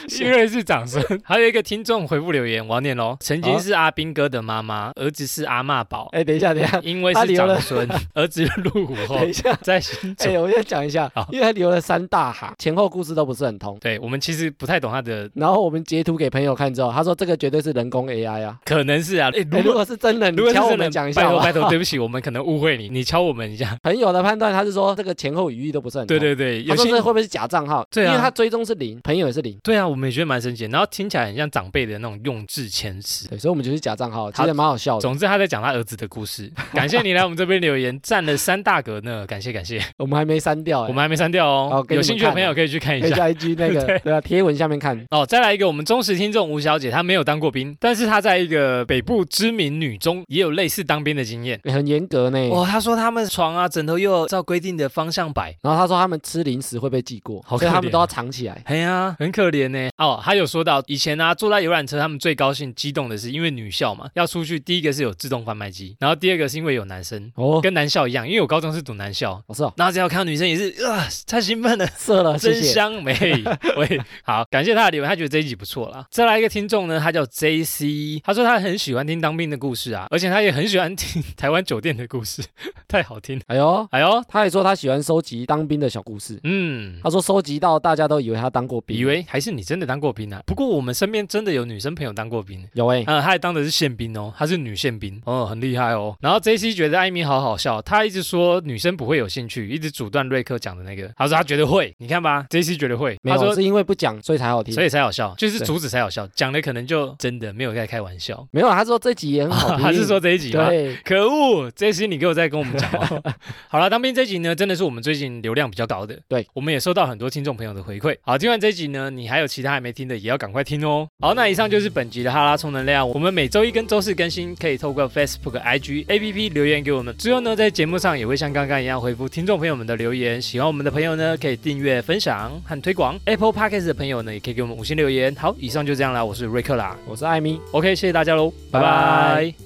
A: 新锐是掌声，还有一个听众回复留言，我要念喽。曾经是阿兵哥的妈妈，儿子是阿嬷宝，
B: 哎，等一下，等一下，
A: 因为
B: 他
A: 是
B: 留了
A: 长孙， 儿子入伍 后
B: 等一下，
A: 在新竹。
B: 哎哎，我先讲一下
A: 好，
B: 因为他留了三大行，前后故事都不是很通。
A: 对我们其实不太懂他的，
B: 然后我们截图给朋友看之后，他说这个绝对是人工 AI 啊。
A: 可能是啊，哎，
B: 哎，
A: 如
B: 如
A: 果
B: 果是真人，
A: 如果
B: 你
A: 是
B: 敲我
A: 真
B: 们
A: 的，
B: 讲一
A: 拜
B: 下好
A: 托
B: 吧
A: 拜托，对不起，我们可能误会你，你敲我们一 下。
B: 朋友的判断，他是说这个前后语义都不是很通。
A: 对对对，有
B: 哦他说
A: 些
B: 这会不会是假账号？
A: 对啊
B: 因为他追踪是零，朋友也是零。
A: 对啊，我们也觉得蛮神奇的，然后听起来很像长辈的那种用字遣词。
B: 对，所以我们就去假账号，其
A: 好
B: 实蛮好笑的。
A: 总之，他在讲他儿子的故事。感谢你来我们这边留言，占了三大格呢，感谢感谢。
B: 我们还没删掉、欸，
A: 我们还没删掉
B: 好
A: 哦，
B: 给你
A: 有
B: 们
A: 兴趣的
B: 看
A: 朋友
B: 啊
A: 可以去看一
B: 可以
A: 下。
B: 在 IG 那 个对啊贴文下面看。
A: 哦，再来一个，我们忠实听众吴小姐，她没有当过兵，但是她在一个北部知名女中也有类似当兵的经验。
B: 欸很严格呢。
A: 哦，她说他们床啊、枕头又照规定的方向摆。
B: 然后他说他们吃零食会被记过，
A: 好
B: 所以他
A: 可怜
B: 们都要藏起来。
A: 哎呀，很可怜呢。哦，她有说到以前啊，坐在游览车，他们最高兴、激动的是，因为女校嘛，要出去，第一个是有自动贩卖机，然后第二个是因为有男生，
B: 哦，
A: 跟男校一样，因为我高中是读男校，
B: 老师哦，
A: 然后只要看到女生也是啊，太兴奋了。
B: 射了，哦谢
A: 真
B: 谢。
A: 香美， 喂，好，感谢他的留言，他觉得这一集不错啦。再来一个听众呢，他叫 J C，他说他很喜欢听当兵的故事啊，而且他也很喜欢听台湾酒店的故事， 太好听了。
B: 哎呦，
A: 哎呦，
B: 他也说他喜欢收集当兵的小故事。
A: 嗯，
B: 他说收集到大家都以为他当过兵，
A: 以为还是你真的当过兵啊？不过我们身边真的有女生朋友当过兵。
B: 有哎、
A: 啊，她还当的是宪兵哦，她是女宪兵哦，很厉害哦。然后 J C 觉得艾米好好笑，她一直说女生不会有兴趣，一直阻断瑞克讲的那个。她说她觉得会，你看吧，J C 觉得会。
B: 没
A: 她说
B: 有是因为不讲所以才好听
A: 所。以才好笑，就是
B: 对
A: 阻止才好笑，讲的可能就真的没有在开玩笑。
B: 没有，他说这集也很好 听。
A: 他是说这一集吗？
B: 对，
A: 可恶，这一集你给我再跟我们讲 哦。好了，当兵这一集呢，真的是我们最近流量比较高的。
B: 对，
A: 我们也收到很多听众朋友的回馈。好，听完这一集呢，你还有其他还没听的，也要赶快听哦。好，那以上就是本集的哈拉充能量。我们每周一跟周四更新，可以透过 Facebook、IG、APP 留言给我们。之后呢，在节目上也会像刚刚一样回复听众朋友们的留言。喜欢我们的朋友呢，可以订阅、分享和推广。Apple Podcast 的朋友呢，也可以给我们五星留言。好，以上就这样啦，我是瑞克啦。
B: 我是艾米。
A: OK，谢谢大家喽，拜
B: 拜
A: 拜
B: 拜